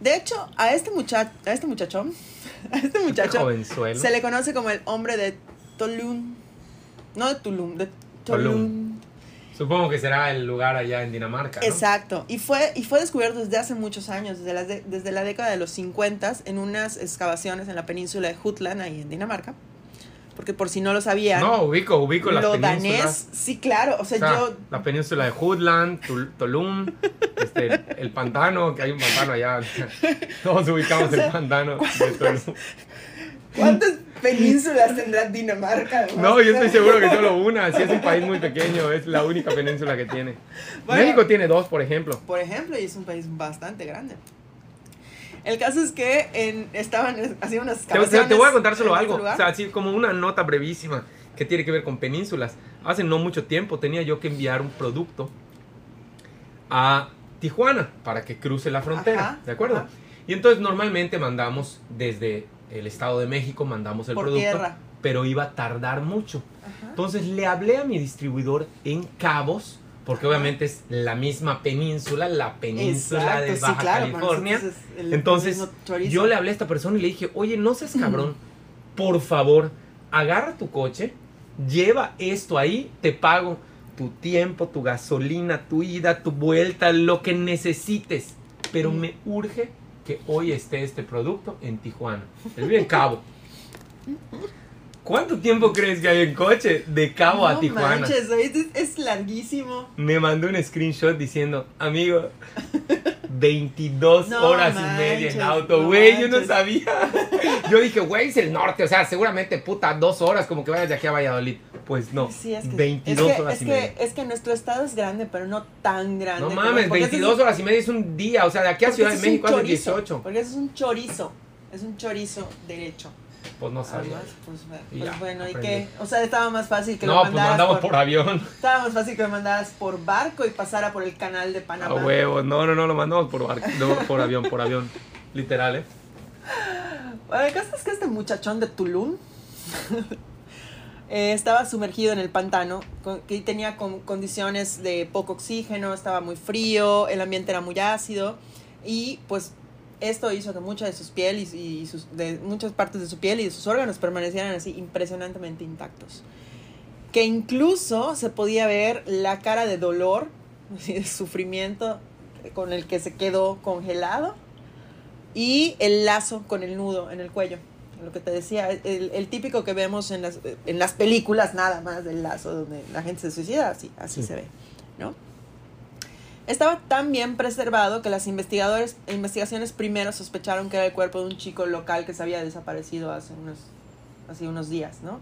[SPEAKER 1] De hecho, a este muchacho, a este muchachón, a este muchacho
[SPEAKER 2] Jovenzuelo.
[SPEAKER 1] se le conoce como el hombre de Tulum. No de Tulum, de Tulum.
[SPEAKER 2] Tulum. Supongo que será el lugar allá en Dinamarca. ¿no?
[SPEAKER 1] Exacto. Y fue, y fue descubierto desde hace muchos años, desde la, desde la década de los 50 en unas excavaciones en la península de Jutland, ahí en Dinamarca. Porque por si no lo sabían,
[SPEAKER 2] No, ubico, ubico las
[SPEAKER 1] lo
[SPEAKER 2] penínsulas.
[SPEAKER 1] danés, sí, claro. O sea,
[SPEAKER 2] O sea,
[SPEAKER 1] yo.
[SPEAKER 2] La península de Hoodland, Tulum, este, el, el pantano, que hay un pantano allá. Todos ubicamos el pantano de Tulum.
[SPEAKER 1] ¿Cuántas penínsulas tendrá Dinamarca?
[SPEAKER 2] No, yo estoy seguro que solo una. Si es un país muy pequeño, es la única península que tiene.
[SPEAKER 1] Bueno.
[SPEAKER 2] México tiene dos, por ejemplo.
[SPEAKER 1] Por ejemplo, y es un país bastante grande. El caso es que en- estaban haciendo unas
[SPEAKER 2] Te, te- te voy a contar solo
[SPEAKER 1] en
[SPEAKER 2] algo,
[SPEAKER 1] otro lugar.
[SPEAKER 2] o sea, así como una nota brevísima que tiene que ver con penínsulas. Hace no mucho tiempo tenía yo que enviar un producto a Tijuana para que cruce la frontera,
[SPEAKER 1] Ajá,
[SPEAKER 2] ¿de acuerdo?
[SPEAKER 1] ajá.
[SPEAKER 2] Y entonces normalmente mandamos desde el Estado de México, mandamos el
[SPEAKER 1] Por
[SPEAKER 2] producto,
[SPEAKER 1] tierra.
[SPEAKER 2] pero iba a tardar mucho.
[SPEAKER 1] Ajá.
[SPEAKER 2] Entonces le hablé a mi distribuidor en Cabos, porque
[SPEAKER 1] Ajá.
[SPEAKER 2] obviamente es la misma península, la península
[SPEAKER 1] Exacto,
[SPEAKER 2] de
[SPEAKER 1] sí,
[SPEAKER 2] Baja
[SPEAKER 1] claro, para
[SPEAKER 2] California.
[SPEAKER 1] nosotros es el
[SPEAKER 2] Entonces,
[SPEAKER 1] mismo chorizo.
[SPEAKER 2] Yo le hablé a esta persona y le dije, oye, no seas cabrón, por favor, agarra tu coche, lleva esto ahí, te pago tu tiempo, tu gasolina, tu ida, tu vuelta, lo que necesites. Pero
[SPEAKER 1] Mm.
[SPEAKER 2] me urge que hoy esté este producto en Tijuana. Él vive en Cabo. ¿Cuánto tiempo crees que hay en coche de Cabo a
[SPEAKER 1] No
[SPEAKER 2] Tijuana?
[SPEAKER 1] manches, güey, este es, es larguísimo.
[SPEAKER 2] Me mandó un screenshot diciendo, amigo, 22
[SPEAKER 1] No
[SPEAKER 2] horas
[SPEAKER 1] manches,
[SPEAKER 2] y media en
[SPEAKER 1] no
[SPEAKER 2] auto, güey, yo no
[SPEAKER 1] manches.
[SPEAKER 2] sabía. Yo dije, güey, es el norte, o sea, seguramente, puta, dos horas como que vayas de aquí a Valladolid. Pues no,
[SPEAKER 1] Sí, es que,
[SPEAKER 2] 22
[SPEAKER 1] es que,
[SPEAKER 2] horas
[SPEAKER 1] es
[SPEAKER 2] y
[SPEAKER 1] que-
[SPEAKER 2] media.
[SPEAKER 1] es que nuestro estado es grande, pero no tan grande.
[SPEAKER 2] No
[SPEAKER 1] como-
[SPEAKER 2] mames,
[SPEAKER 1] porque ese
[SPEAKER 2] 22
[SPEAKER 1] es-
[SPEAKER 2] horas y media es un día, o sea, de aquí a
[SPEAKER 1] porque
[SPEAKER 2] Ciudad
[SPEAKER 1] ese
[SPEAKER 2] de
[SPEAKER 1] es
[SPEAKER 2] México
[SPEAKER 1] un
[SPEAKER 2] hace
[SPEAKER 1] chorizo,
[SPEAKER 2] 18.
[SPEAKER 1] Porque eso es un chorizo, es un chorizo derecho.
[SPEAKER 2] Pues no sabía.
[SPEAKER 1] Además, pues,
[SPEAKER 2] Y
[SPEAKER 1] pues
[SPEAKER 2] ya,
[SPEAKER 1] bueno, ¿y
[SPEAKER 2] aprendí.
[SPEAKER 1] qué? O sea, estaba más fácil que lo
[SPEAKER 2] No, pues
[SPEAKER 1] mandaras
[SPEAKER 2] mandamos
[SPEAKER 1] por,
[SPEAKER 2] por avión.
[SPEAKER 1] Estaba más fácil que lo mandaras por barco y pasara por el canal de
[SPEAKER 2] A
[SPEAKER 1] Panamá.
[SPEAKER 2] huevo, no, no, no, lo mandamos por, barco, no, por avión, por avión. Literal, ¿eh?
[SPEAKER 1] Bueno, el caso es que este muchachón de Tulum eh, estaba sumergido en el pantano, con- que tenía con- condiciones de poco oxígeno, estaba muy frío, el ambiente era muy ácido y pues esto hizo que mucha de sus piel y, y sus, de muchas partes de su piel y de sus órganos permanecieran así impresionantemente intactos. Que incluso se podía ver la cara de dolor, así, de sufrimiento con el que se quedó congelado y el lazo con el nudo en el cuello. Lo que te decía, el, el típico que vemos en las, en las películas nada más del lazo donde la gente se suicida, así, así
[SPEAKER 2] Sí.
[SPEAKER 1] se ve, ¿no? Estaba tan bien preservado que las investigadores, investigaciones primero sospecharon que era el cuerpo de un chico local que se había desaparecido hace unos, hace unos días, ¿no?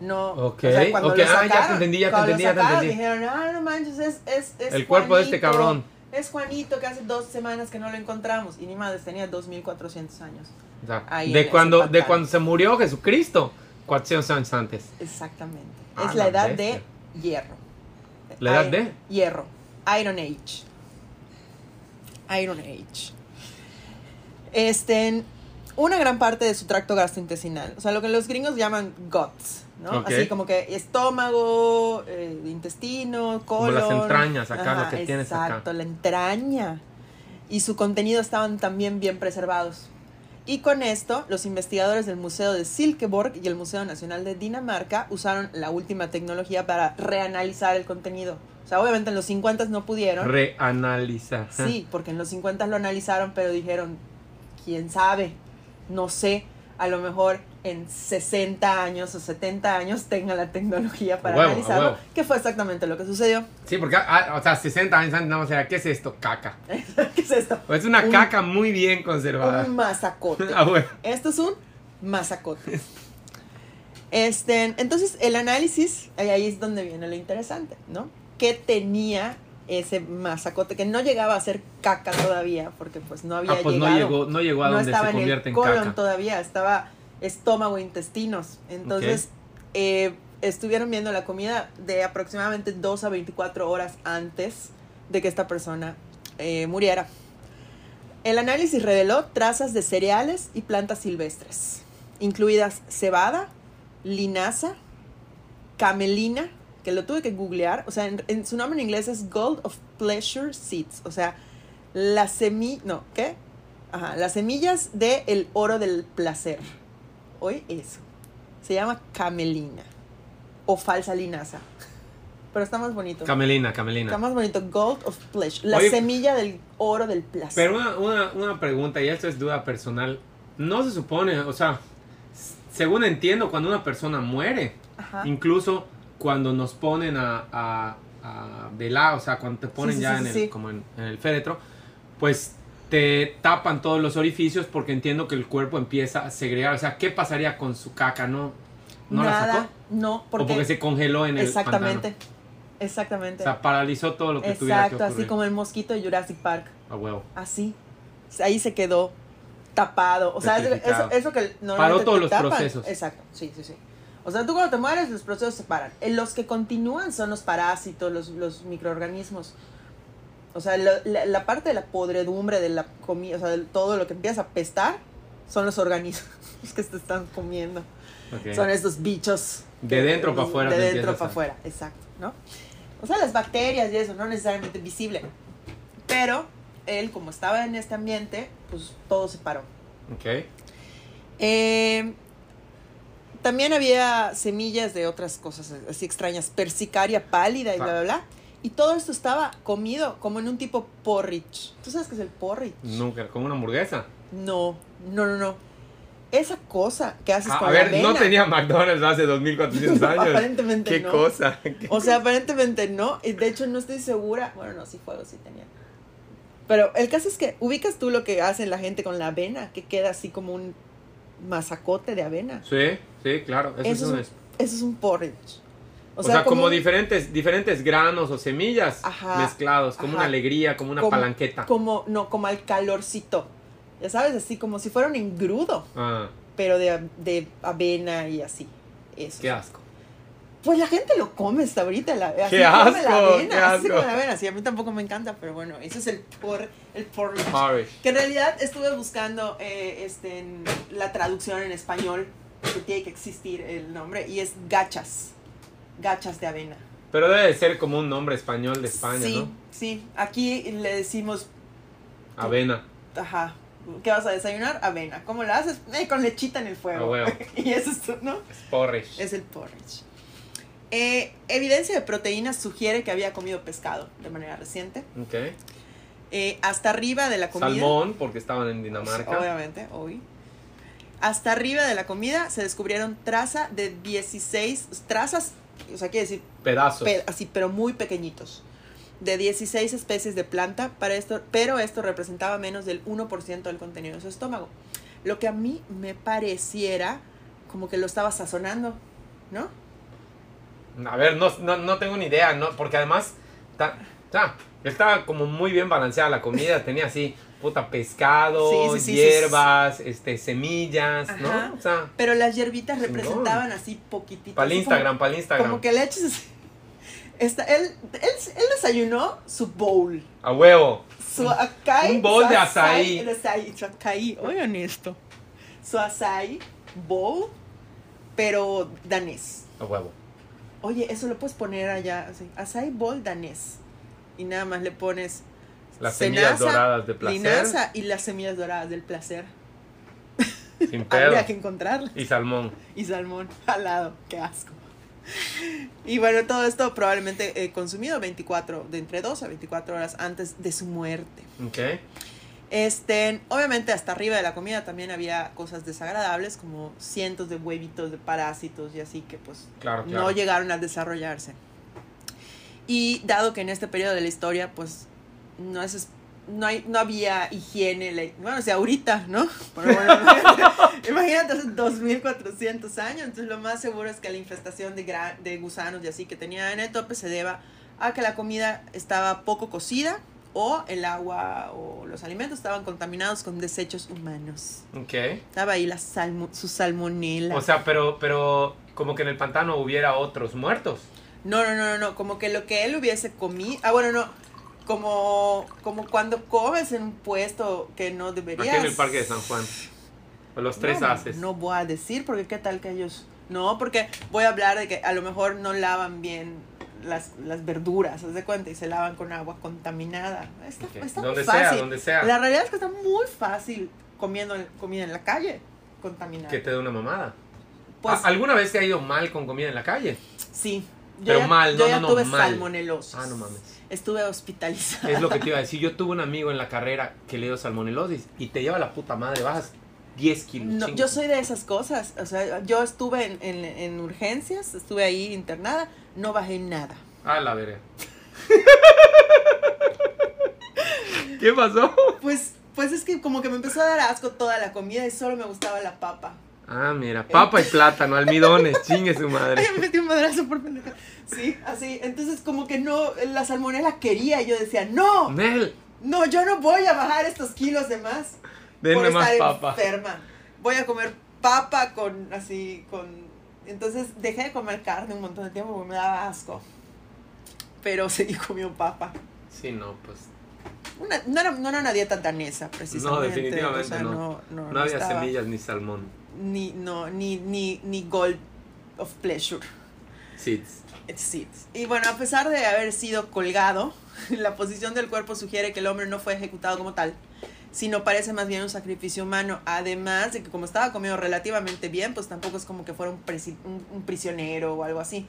[SPEAKER 1] No,
[SPEAKER 2] Ok,
[SPEAKER 1] o sea, cuando
[SPEAKER 2] ok,
[SPEAKER 1] lo
[SPEAKER 2] ah, ya te
[SPEAKER 1] sacaron-
[SPEAKER 2] entendí, ya te
[SPEAKER 1] cuando lo
[SPEAKER 2] entendí, ya te
[SPEAKER 1] sacaron,
[SPEAKER 2] entendí.
[SPEAKER 1] Dijeron, ah, no manches, es, es, es
[SPEAKER 2] El cuerpo de este
[SPEAKER 1] Juanito,
[SPEAKER 2] cabrón.
[SPEAKER 1] es Juanito que hace dos semanas que no lo encontramos. Y ni madres, tenía 2400 años.
[SPEAKER 2] O sea,
[SPEAKER 1] Ahí en
[SPEAKER 2] de,
[SPEAKER 1] ese
[SPEAKER 2] cuando, de
[SPEAKER 1] pantano.
[SPEAKER 2] cuando se murió Jesucristo, 400 años antes.
[SPEAKER 1] Exactamente.
[SPEAKER 2] Ah,
[SPEAKER 1] es la
[SPEAKER 2] la
[SPEAKER 1] edad
[SPEAKER 2] bestia.
[SPEAKER 1] de hierro.
[SPEAKER 2] ¿La edad
[SPEAKER 1] Iron-
[SPEAKER 2] de?
[SPEAKER 1] Hierro. Iron Age. Iron Age. Este, en una gran parte de su tracto gastrointestinal, o sea, lo que los gringos llaman guts, ¿no?
[SPEAKER 2] Ok.
[SPEAKER 1] Así como que estómago, eh, intestino, colon.
[SPEAKER 2] las entrañas, acá, lo que tienes acá.
[SPEAKER 1] Exacto, la entraña. Y su contenido estaban también bien preservados. Y con esto, los investigadores del Museo de Silkeborg y el Museo Nacional de Dinamarca usaron la última tecnología para reanalizar el contenido. O sea, obviamente en los 50 no pudieron.
[SPEAKER 2] Reanalizar.
[SPEAKER 1] Sí, porque en los 50 lo analizaron, pero dijeron, quién sabe, no sé, a lo mejor en 60 años o 70 años tenga la tecnología para
[SPEAKER 2] A huevo, a
[SPEAKER 1] analizarlo,
[SPEAKER 2] huevo.
[SPEAKER 1] que fue exactamente lo que sucedió.
[SPEAKER 2] Sí, porque, ah, o sea, 60 años antes, nada más era, ¿qué es esto? Caca.
[SPEAKER 1] ¿Qué es esto?
[SPEAKER 2] Es una
[SPEAKER 1] Un-
[SPEAKER 2] caca muy bien conservada.
[SPEAKER 1] Un masacote.
[SPEAKER 2] Ah, bueno.
[SPEAKER 1] Esto es un masacote. Este, entonces, el análisis, ahí- ahí es donde viene lo interesante, ¿no? ¿Qué tenía ese masacote? Que no llegaba a ser caca todavía, porque pues no había
[SPEAKER 2] Ah, pues no
[SPEAKER 1] llegado.
[SPEAKER 2] llegó, no llegó a
[SPEAKER 1] no
[SPEAKER 2] donde
[SPEAKER 1] estaba
[SPEAKER 2] se
[SPEAKER 1] en
[SPEAKER 2] convierte
[SPEAKER 1] el
[SPEAKER 2] en,
[SPEAKER 1] colon
[SPEAKER 2] caca.
[SPEAKER 1] todavía, estaba estómago, intestinos. Entonces, eh, estuvieron viendo la comida de aproximadamente 2 a 24 horas antes de que esta persona eh, muriera. El análisis reveló trazas de cereales y plantas silvestres, incluidas cebada, linaza, camelina, que lo tuve que googlear, o sea, en, en su nombre en inglés es Gold of Pleasure Seeds, o sea, la semilla, no, ¿qué? Ajá, las semillas del el oro del placer. Hoy eso. Se llama camelina o falsa linaza. Pero está más bonito.
[SPEAKER 2] Camelina, Camelina.
[SPEAKER 1] Está más bonito, Gold of Pleasure, la
[SPEAKER 2] Oye,
[SPEAKER 1] semilla del oro del placer.
[SPEAKER 2] Pero una, una, una pregunta, y esto es duda personal. No se supone, o sea, s- según entiendo, cuando una persona muere,
[SPEAKER 1] Ajá.
[SPEAKER 2] incluso cuando nos ponen a, a, a velar, o sea, cuando te ponen
[SPEAKER 1] Sí, sí, sí,
[SPEAKER 2] ya en,
[SPEAKER 1] sí,
[SPEAKER 2] el,
[SPEAKER 1] sí.
[SPEAKER 2] como en, en el féretro, pues te tapan todos los orificios porque entiendo que el cuerpo empieza a segregar. O sea, ¿qué pasaría con su caca? ¿No, no
[SPEAKER 1] Nada,
[SPEAKER 2] la sacó?
[SPEAKER 1] no,
[SPEAKER 2] ¿O porque se congeló en el
[SPEAKER 1] exactamente,
[SPEAKER 2] pantano?
[SPEAKER 1] exactamente.
[SPEAKER 2] O sea, paralizó todo lo que tuviera que
[SPEAKER 1] Exacto, así
[SPEAKER 2] ocurrir.
[SPEAKER 1] como el mosquito de Jurassic Park,
[SPEAKER 2] A huevo.
[SPEAKER 1] así. Ahí se quedó. tapado. O sea, es- eso,
[SPEAKER 2] Petrificado.
[SPEAKER 1] eso que normalmente
[SPEAKER 2] Paró todos
[SPEAKER 1] te
[SPEAKER 2] los
[SPEAKER 1] tapan.
[SPEAKER 2] procesos.
[SPEAKER 1] Exacto, sí, sí, sí. O sea, tú cuando te mueres, los procesos se paran. Eh, Los que continúan son los parásitos, los, los microorganismos. O sea, lo- la, la parte de la podredumbre de la comida, o sea, de todo lo que empieza a pestar, son los organismos que te están comiendo.
[SPEAKER 2] Ok.
[SPEAKER 1] Son estos bichos.
[SPEAKER 2] De
[SPEAKER 1] que-
[SPEAKER 2] dentro pa' afuera
[SPEAKER 1] De
[SPEAKER 2] te
[SPEAKER 1] dentro
[SPEAKER 2] empiezas
[SPEAKER 1] para
[SPEAKER 2] a-
[SPEAKER 1] afuera, exacto, ¿no? O sea, las bacterias y eso, no necesariamente visible. Pero él, como estaba en este ambiente, pues todo se paró.
[SPEAKER 2] Ok.
[SPEAKER 1] Eh, también había semillas de otras cosas así extrañas, persicaria pálida y
[SPEAKER 2] Ah.
[SPEAKER 1] bla, bla, bla. Y todo esto estaba comido como en un tipo porridge. ¿Tú sabes qué es el porridge?
[SPEAKER 2] Nunca, como una hamburguesa.
[SPEAKER 1] No, no, no, no. Esa cosa que haces
[SPEAKER 2] Ah,
[SPEAKER 1] con
[SPEAKER 2] a
[SPEAKER 1] la
[SPEAKER 2] ver, no
[SPEAKER 1] avena.
[SPEAKER 2] tenía McDonald's hace 2400 años.
[SPEAKER 1] Aparentemente
[SPEAKER 2] Qué
[SPEAKER 1] no.
[SPEAKER 2] cosa.
[SPEAKER 1] O sea, aparentemente no. Y de hecho, no estoy segura. Bueno, no, sí, fuego sí tenía. Pero el caso es que ubicas tú lo que hace la gente con la avena, que queda así como un masacote de avena.
[SPEAKER 2] Sí, sí, claro. Eso,
[SPEAKER 1] Eso
[SPEAKER 2] es un-
[SPEAKER 1] es- Eso es un porridge.
[SPEAKER 2] o, sea, como,
[SPEAKER 1] un-
[SPEAKER 2] diferentes, diferentes granos o semillas
[SPEAKER 1] Ajá,
[SPEAKER 2] mezclados, como una
[SPEAKER 1] ajá.
[SPEAKER 2] alegría, como una
[SPEAKER 1] Como-
[SPEAKER 2] palanqueta.
[SPEAKER 1] Como, no, como al calorcito. Ya sabes, así como si fuera un engrudo,
[SPEAKER 2] Ah,
[SPEAKER 1] pero de, de avena y así. Eso.
[SPEAKER 2] qué asco.
[SPEAKER 1] Pues la gente lo come hasta ahorita. La, así
[SPEAKER 2] ¡Qué
[SPEAKER 1] come la
[SPEAKER 2] asco!
[SPEAKER 1] avena,
[SPEAKER 2] ¡Qué
[SPEAKER 1] así se
[SPEAKER 2] asco!
[SPEAKER 1] come la avena. Sí, a mí tampoco me encanta, pero bueno, ese es el por, el porridge.
[SPEAKER 2] Parish.
[SPEAKER 1] Que en realidad estuve buscando eh, este, en la traducción en español, que tiene que existir el nombre, y es gachas. Gachas de avena.
[SPEAKER 2] Pero debe de ser como un nombre español de España,
[SPEAKER 1] sí,
[SPEAKER 2] ¿no?
[SPEAKER 1] sí. Aquí le decimos,
[SPEAKER 2] Avena.
[SPEAKER 1] ajá, ¿qué vas a desayunar? Avena. ¿Cómo la haces? Eh, con lechita en el fuego.
[SPEAKER 2] A huevo.
[SPEAKER 1] y eso es, todo, ¿no?
[SPEAKER 2] Porridge.
[SPEAKER 1] Es el porridge. Eh, evidencia de proteínas sugiere que había comido pescado de manera reciente.
[SPEAKER 2] Ok.
[SPEAKER 1] Eh, hasta arriba de la comida.
[SPEAKER 2] Salmón, porque estaban en Dinamarca.
[SPEAKER 1] Pues, Obviamente, hoy. Hasta arriba de la comida se descubrieron traza de 16 trazas, o sea, quiere decir
[SPEAKER 2] Pedazos.
[SPEAKER 1] pe- así, pero muy pequeñitos, de 16 especies de planta, para esto, pero esto representaba menos del 1% del contenido de su estómago. Lo que a mí me pareciera como que lo estaba sazonando, ¿no?
[SPEAKER 2] A ver, no, no, no tengo ni idea, ¿no? Porque además, ta- ta, estaba como muy bien balanceada la comida, tenía así, puta, pescado,
[SPEAKER 1] Sí, sí, sí, sí,
[SPEAKER 2] hierbas, este, semillas,
[SPEAKER 1] Ajá.
[SPEAKER 2] ¿no? O sea,
[SPEAKER 1] Pero las hierbitas
[SPEAKER 2] Chingón.
[SPEAKER 1] representaban así poquititas.
[SPEAKER 2] para el
[SPEAKER 1] así como-
[SPEAKER 2] Instagram, para el Instagram.
[SPEAKER 1] Como que le eches... así. Está, él, él, él desayunó su bowl.
[SPEAKER 2] A huevo.
[SPEAKER 1] Su acai,
[SPEAKER 2] Un bowl
[SPEAKER 1] su
[SPEAKER 2] de
[SPEAKER 1] acai-
[SPEAKER 2] azaí.
[SPEAKER 1] de azaí, su acai, oigan esto. Su acai bowl, pero danés.
[SPEAKER 2] A huevo.
[SPEAKER 1] Oye, eso lo puedes poner allá, así, acai bowl danés. Y nada más le pones
[SPEAKER 2] Las
[SPEAKER 1] Cenaza,
[SPEAKER 2] semillas doradas de placer.
[SPEAKER 1] linaza y las semillas doradas del placer.
[SPEAKER 2] Sin pedo.
[SPEAKER 1] Habría que encontrarla.
[SPEAKER 2] Y salmón.
[SPEAKER 1] Y salmón al lado, qué asco. Y bueno, todo esto probablemente eh, consumido 24, de entre 2 a 24 horas antes de su muerte.
[SPEAKER 2] Ok.
[SPEAKER 1] Este, obviamente hasta arriba de la comida también había cosas desagradables como cientos de huevitos de parásitos y así que pues
[SPEAKER 2] Claro, Ah, claro.
[SPEAKER 1] no llegaron a desarrollarse. Y dado que en este periodo de la historia pues no es no, hay, no había higiene, la- bueno, o sea, ahorita, ¿no? Pero bueno, imagínate, hace 2400 años, entonces lo más seguro es que la infestación de, gra- de gusanos y así que tenía en el tope se deba a que la comida estaba poco cocida o el agua o los alimentos estaban contaminados con desechos humanos.
[SPEAKER 2] Ok.
[SPEAKER 1] Estaba ahí la salmo- su salmonela.
[SPEAKER 2] O sea, pero, pero como que en el pantano hubiera otros muertos.
[SPEAKER 1] no, no, no, no, no, como que lo que él hubiese comido, ah, bueno, no, como, como cuando comes en un puesto que no deberías.
[SPEAKER 2] Aquí en el parque de San Juan. O los tres
[SPEAKER 1] no,
[SPEAKER 2] haces.
[SPEAKER 1] No voy a decir porque qué tal que ellos... No, porque voy a hablar de que a lo mejor no lavan bien las, las verduras, haz de cuenta, y se lavan con agua contaminada. Está,
[SPEAKER 2] Ok.
[SPEAKER 1] está muy
[SPEAKER 2] Donde
[SPEAKER 1] fácil.
[SPEAKER 2] sea, donde sea.
[SPEAKER 1] La realidad es que está muy fácil comiendo en- comida en la calle contaminada.
[SPEAKER 2] Que te dé una mamada.
[SPEAKER 1] Pues
[SPEAKER 2] ¿A- ¿Alguna vez te ha ido mal con comida en la calle?
[SPEAKER 1] sí. Yo
[SPEAKER 2] Pero
[SPEAKER 1] ya,
[SPEAKER 2] mal,
[SPEAKER 1] yo
[SPEAKER 2] no,
[SPEAKER 1] ya
[SPEAKER 2] no, no,
[SPEAKER 1] tuve
[SPEAKER 2] mal.
[SPEAKER 1] salmonelosis.
[SPEAKER 2] Ah, no mames.
[SPEAKER 1] Estuve hospitalizada.
[SPEAKER 2] Es lo que te iba a decir. Yo tuve un amigo en la carrera que le dio salmonelosis y te lleva la puta madre, bajas 10 kilos.
[SPEAKER 1] No,
[SPEAKER 2] chingo.
[SPEAKER 1] yo soy de esas cosas. O sea, yo estuve en, en- en urgencias, estuve ahí internada, no bajé nada.
[SPEAKER 2] Ah, la verga. ¿Qué pasó?
[SPEAKER 1] Pues, pues es que como que me empezó a dar asco toda la comida y solo me gustaba la papa.
[SPEAKER 2] Ah, mira, papa y plátano, almidones, chingue su
[SPEAKER 1] Ay,
[SPEAKER 2] madre.
[SPEAKER 1] me metí un madrazo por pendeja. Sí, así. Entonces como que no, la salmonela quería y yo decía, no,
[SPEAKER 2] Nel,
[SPEAKER 1] no, yo no voy a bajar estos kilos de más.
[SPEAKER 2] Denme
[SPEAKER 1] por
[SPEAKER 2] más
[SPEAKER 1] estar
[SPEAKER 2] papa.
[SPEAKER 1] enferma. Voy a comer papa con así, con... Entonces dejé de comer carne un montón de tiempo porque me daba asco. Pero seguí comiendo papa.
[SPEAKER 2] Sí, no, pues
[SPEAKER 1] Una- no, era, no era una dieta danesa, precisamente.
[SPEAKER 2] definitivamente no.
[SPEAKER 1] no,
[SPEAKER 2] no había
[SPEAKER 1] estaba-
[SPEAKER 2] semillas ni salmón.
[SPEAKER 1] Ni, no, ni, ni, ni gold of pleasure.
[SPEAKER 2] Seeds.
[SPEAKER 1] It's it. Y bueno, a pesar de haber sido colgado, la posición del cuerpo sugiere que el hombre no fue ejecutado como tal, sino parece más bien un sacrificio humano. Además de que como estaba comido relativamente bien, pues tampoco es como que fuera un, presi- un- un prisionero o algo así.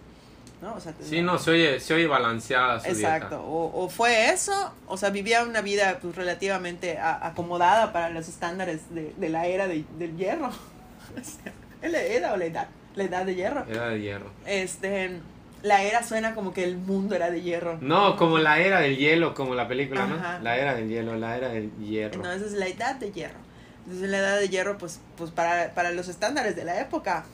[SPEAKER 1] ¿No? O sea,
[SPEAKER 2] Sí, no, se oye, se oye balanceada su
[SPEAKER 1] Exacto,
[SPEAKER 2] dieta.
[SPEAKER 1] o, o fue eso, o sea, vivía una vida pues, relativamente a- acomodada para los estándares de, de la era de- del hierro. O sea, ¿Es la era o la edad? La edad de hierro.
[SPEAKER 2] Era de hierro.
[SPEAKER 1] Este, la era suena como que el mundo era de hierro.
[SPEAKER 2] No, como la era del hielo, como la película,
[SPEAKER 1] Ajá.
[SPEAKER 2] ¿no? La era del hielo, la era del hierro.
[SPEAKER 1] Entonces, la edad de hierro. Entonces, la edad de hierro, pues, pues para, para los estándares de la época,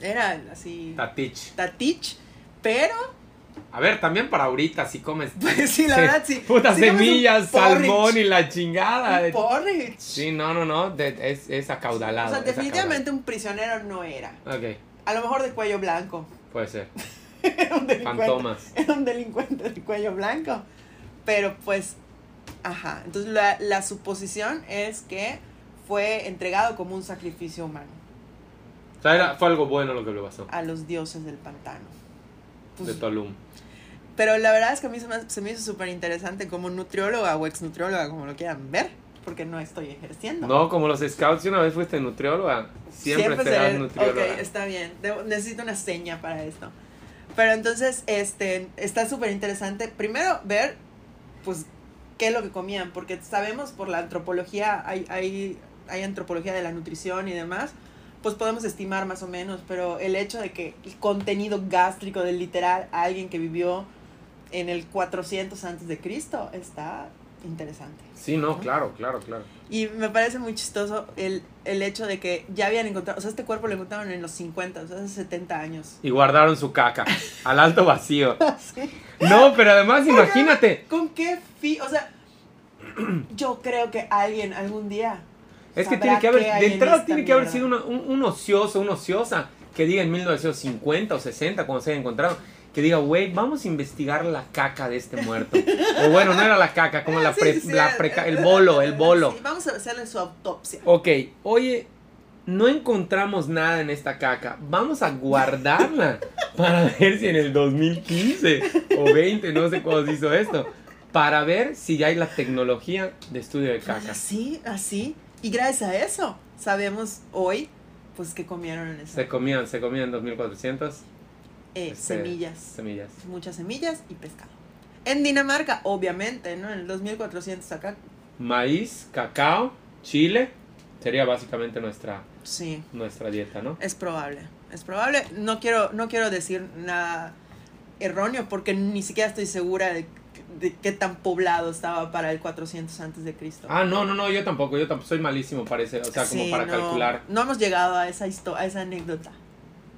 [SPEAKER 1] era así
[SPEAKER 2] Tatich.
[SPEAKER 1] tatich, pero,
[SPEAKER 2] A ver, también para ahorita, si comes.
[SPEAKER 1] pues sí, la
[SPEAKER 2] se-
[SPEAKER 1] verdad, sí.
[SPEAKER 2] Putas
[SPEAKER 1] sí comes un
[SPEAKER 2] semillas,
[SPEAKER 1] porridge,
[SPEAKER 2] salmón y la
[SPEAKER 1] un
[SPEAKER 2] chingada.
[SPEAKER 1] porridge.
[SPEAKER 2] Sí, no, no, no. de- es, es
[SPEAKER 1] O
[SPEAKER 2] acaudalado.
[SPEAKER 1] sea,
[SPEAKER 2] es acaudalado.
[SPEAKER 1] definitivamente un prisionero no era.
[SPEAKER 2] Ok,
[SPEAKER 1] A lo mejor de cuello blanco.
[SPEAKER 2] puede ser.
[SPEAKER 1] Era un delincuente.
[SPEAKER 2] Fantomas.
[SPEAKER 1] Era un delincuente de cuello blanco. Pero pues, ajá. Entonces la, la suposición es que fue entregado como un sacrificio humano
[SPEAKER 2] O sea, era- fue algo bueno lo que le pasó.
[SPEAKER 1] a los dioses del pantano. Pues,
[SPEAKER 2] De Tolum.
[SPEAKER 1] pero la verdad es que a mí se me, se me hizo súper interesante como nutrióloga o exnutrióloga, como lo quieran ver, porque no estoy ejerciendo.
[SPEAKER 2] No, como los scouts, si una vez fuiste nutrióloga, siempre, serás
[SPEAKER 1] seré-
[SPEAKER 2] nutrióloga.
[SPEAKER 1] Ok, está bien. Debo- necesito una seña para esto. Pero entonces, este, está súper interesante. Primero, ver, pues, qué es lo que comían. Porque sabemos por la antropología, hay, hay, hay antropología de la nutrición y demás. Pues podemos estimar más o menos. Pero el hecho de que el contenido gástrico del literal a alguien que vivió en el 400 antes de Cristo está interesante.
[SPEAKER 2] Sí,
[SPEAKER 1] Ah.
[SPEAKER 2] no, claro, claro, claro.
[SPEAKER 1] Y me parece muy chistoso el, el hecho de que ya habían encontrado, o sea, este cuerpo lo encontraron en los 50, o sea, hace 70 años.
[SPEAKER 2] Y guardaron su caca al alto vacío.
[SPEAKER 1] Sí.
[SPEAKER 2] No, pero además imagínate,
[SPEAKER 1] ¿Con qué fi? O sea, yo creo que alguien algún día.
[SPEAKER 2] es que
[SPEAKER 1] sabrá
[SPEAKER 2] tiene que haber,
[SPEAKER 1] qué hay
[SPEAKER 2] de
[SPEAKER 1] en
[SPEAKER 2] entrada
[SPEAKER 1] esta
[SPEAKER 2] tiene que haber
[SPEAKER 1] mierda.
[SPEAKER 2] sido una- un, un ocioso, una ociosa, que diga en 1950 o 60, cuando se haya encontrado, que diga, güey, vamos a investigar la caca de este muerto. O bueno, no era la caca, como la,
[SPEAKER 1] Sí,
[SPEAKER 2] pre-
[SPEAKER 1] sí,
[SPEAKER 2] la
[SPEAKER 1] sí,
[SPEAKER 2] preca-
[SPEAKER 1] eh,
[SPEAKER 2] el bolo, el
[SPEAKER 1] eh,
[SPEAKER 2] bolo.
[SPEAKER 1] sí, vamos a hacerle su autopsia.
[SPEAKER 2] Ok, oye, no encontramos nada en esta caca. Vamos a guardarla para ver si en el 2015 o 20, no sé cuándo se hizo esto. Para ver si ya hay la tecnología de estudio de caca.
[SPEAKER 1] Así, así. Y gracias a eso, sabemos hoy, pues, que comieron en eso.
[SPEAKER 2] Se comían, se comían 2400
[SPEAKER 1] Eh,
[SPEAKER 2] este,
[SPEAKER 1] semillas.
[SPEAKER 2] semillas.
[SPEAKER 1] Muchas semillas y pescado. En Dinamarca, obviamente, ¿no? En el 2400 acá,
[SPEAKER 2] Maíz, cacao, chile. Sería básicamente nuestra,
[SPEAKER 1] sí.
[SPEAKER 2] nuestra dieta, ¿no?
[SPEAKER 1] Es probable, es probable. No quiero, no quiero decir nada erróneo porque ni siquiera estoy segura de, de qué tan poblado estaba para el 400 antes de Cristo.
[SPEAKER 2] Ah, no, no, no, yo tampoco, yo tampoco, soy malísimo parece, o sea, como
[SPEAKER 1] Sí,
[SPEAKER 2] para
[SPEAKER 1] no,
[SPEAKER 2] calcular.
[SPEAKER 1] No hemos llegado a esa histo- a esa anécdota.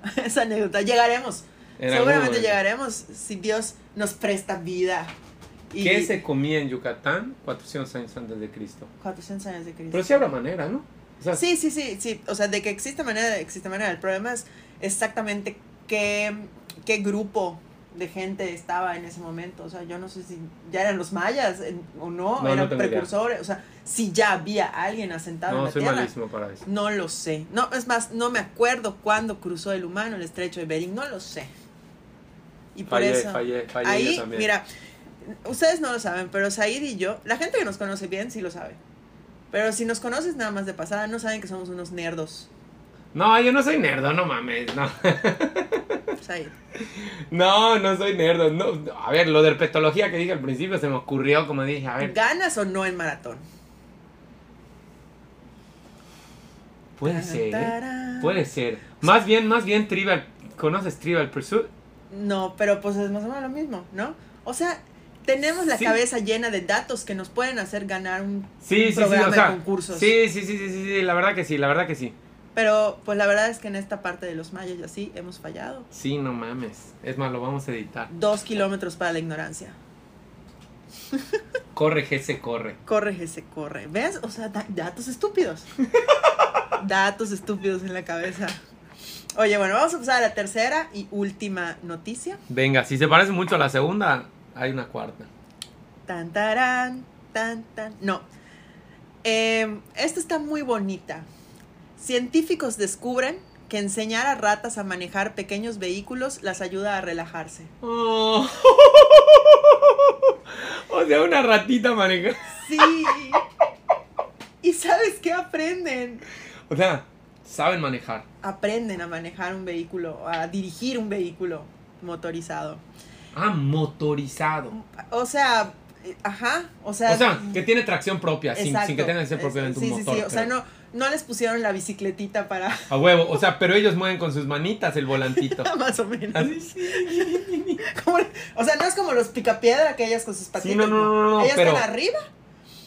[SPEAKER 1] A esa anécdota. Llegaremos.
[SPEAKER 2] en algún
[SPEAKER 1] Seguramente
[SPEAKER 2] momento.
[SPEAKER 1] llegaremos si Dios nos presta vida. Y
[SPEAKER 2] ¿Qué se comía en Yucatán 400 años antes de Cristo?
[SPEAKER 1] 400 años de Cristo.
[SPEAKER 2] Pero sí habrá manera, ¿no? O sea,
[SPEAKER 1] Sí, sí, sí, sí. O sea, de que existe manera, existe manera. El problema es exactamente qué, qué grupo de gente estaba en ese momento. O sea, yo no sé si ya eran los mayas en- o no,
[SPEAKER 2] No, no
[SPEAKER 1] eran
[SPEAKER 2] tengo idea.
[SPEAKER 1] precursores. O sea, si ya había alguien asentado en
[SPEAKER 2] no,
[SPEAKER 1] la
[SPEAKER 2] soy
[SPEAKER 1] tierra.
[SPEAKER 2] malísimo para eso.
[SPEAKER 1] No lo sé. No, es más, no me acuerdo cuándo cruzó el humano el estrecho de Bering. No lo sé. Y por
[SPEAKER 2] Fallé,
[SPEAKER 1] eso.
[SPEAKER 2] fallé, fallé
[SPEAKER 1] ahí,
[SPEAKER 2] yo también.
[SPEAKER 1] mira, ustedes no lo saben, pero Said y yo, la gente que nos conoce bien sí lo sabe. Pero si nos conoces nada más de pasada, no saben que somos unos nerdos.
[SPEAKER 2] No, yo no soy nerdo, no mames, no.
[SPEAKER 1] Said.
[SPEAKER 2] No, no soy nerdo. No, no. A ver, lo de herpetología que dije al principio se me ocurrió, como dije, a ver,
[SPEAKER 1] ¿Ganas o no el maratón?
[SPEAKER 2] puede ser, ¿eh?
[SPEAKER 1] Tarán.
[SPEAKER 2] puede ser. Más bien, más bien Trivial, ¿conoces Trivial Pursuit?
[SPEAKER 1] No, pero pues es más o menos lo mismo, ¿no? O sea, tenemos la
[SPEAKER 2] Sí.
[SPEAKER 1] cabeza llena de datos que nos pueden hacer ganar un,
[SPEAKER 2] Sí,
[SPEAKER 1] un
[SPEAKER 2] sí, sí,
[SPEAKER 1] programa
[SPEAKER 2] o sea,
[SPEAKER 1] de concursos.
[SPEAKER 2] sí, sí, sí, sí, sí, sí, la verdad que sí, la verdad que sí.
[SPEAKER 1] Pero pues la verdad es que en esta parte de los mayas y así hemos fallado.
[SPEAKER 2] Sí, no mames. Es más, lo vamos a editar.
[SPEAKER 1] Dos kilómetros para la ignorancia.
[SPEAKER 2] Corre, G se corre.
[SPEAKER 1] Corre, que se corre. ¿Ves? O sea, da- datos estúpidos. datos estúpidos en la cabeza. Oye, bueno, vamos a pasar a la tercera y última noticia.
[SPEAKER 2] Venga, si se parece mucho a la segunda, hay una cuarta.
[SPEAKER 1] Tan, tarán, tan, tan. No. Eh, esta está muy bonita. Científicos descubren que enseñar a ratas a manejar pequeños vehículos las ayuda a relajarse.
[SPEAKER 2] Oh. o sea, una ratita maneja.
[SPEAKER 1] Sí. ¿Y sabes qué aprenden?
[SPEAKER 2] O sea, saben manejar.
[SPEAKER 1] Aprenden a manejar un vehículo, a dirigir un vehículo motorizado.
[SPEAKER 2] Ah, motorizado.
[SPEAKER 1] O sea, eh, ajá, o sea... mm,
[SPEAKER 2] O sea, que tiene tracción propia, sin,
[SPEAKER 1] exacto,
[SPEAKER 2] sin que tenga que ser propiamente
[SPEAKER 1] sí,
[SPEAKER 2] un motor.
[SPEAKER 1] Sí, sí, o sea,
[SPEAKER 2] pero-
[SPEAKER 1] no, no les pusieron la bicicletita para...
[SPEAKER 2] A huevo, o sea, pero ellos mueven con sus manitas el volantito.
[SPEAKER 1] más o menos.
[SPEAKER 2] Así sí.
[SPEAKER 1] Como- o sea, no es como los picapiedra que ellas con sus patitas.
[SPEAKER 2] no, no, no, no,
[SPEAKER 1] Ellas
[SPEAKER 2] pero-
[SPEAKER 1] están arriba.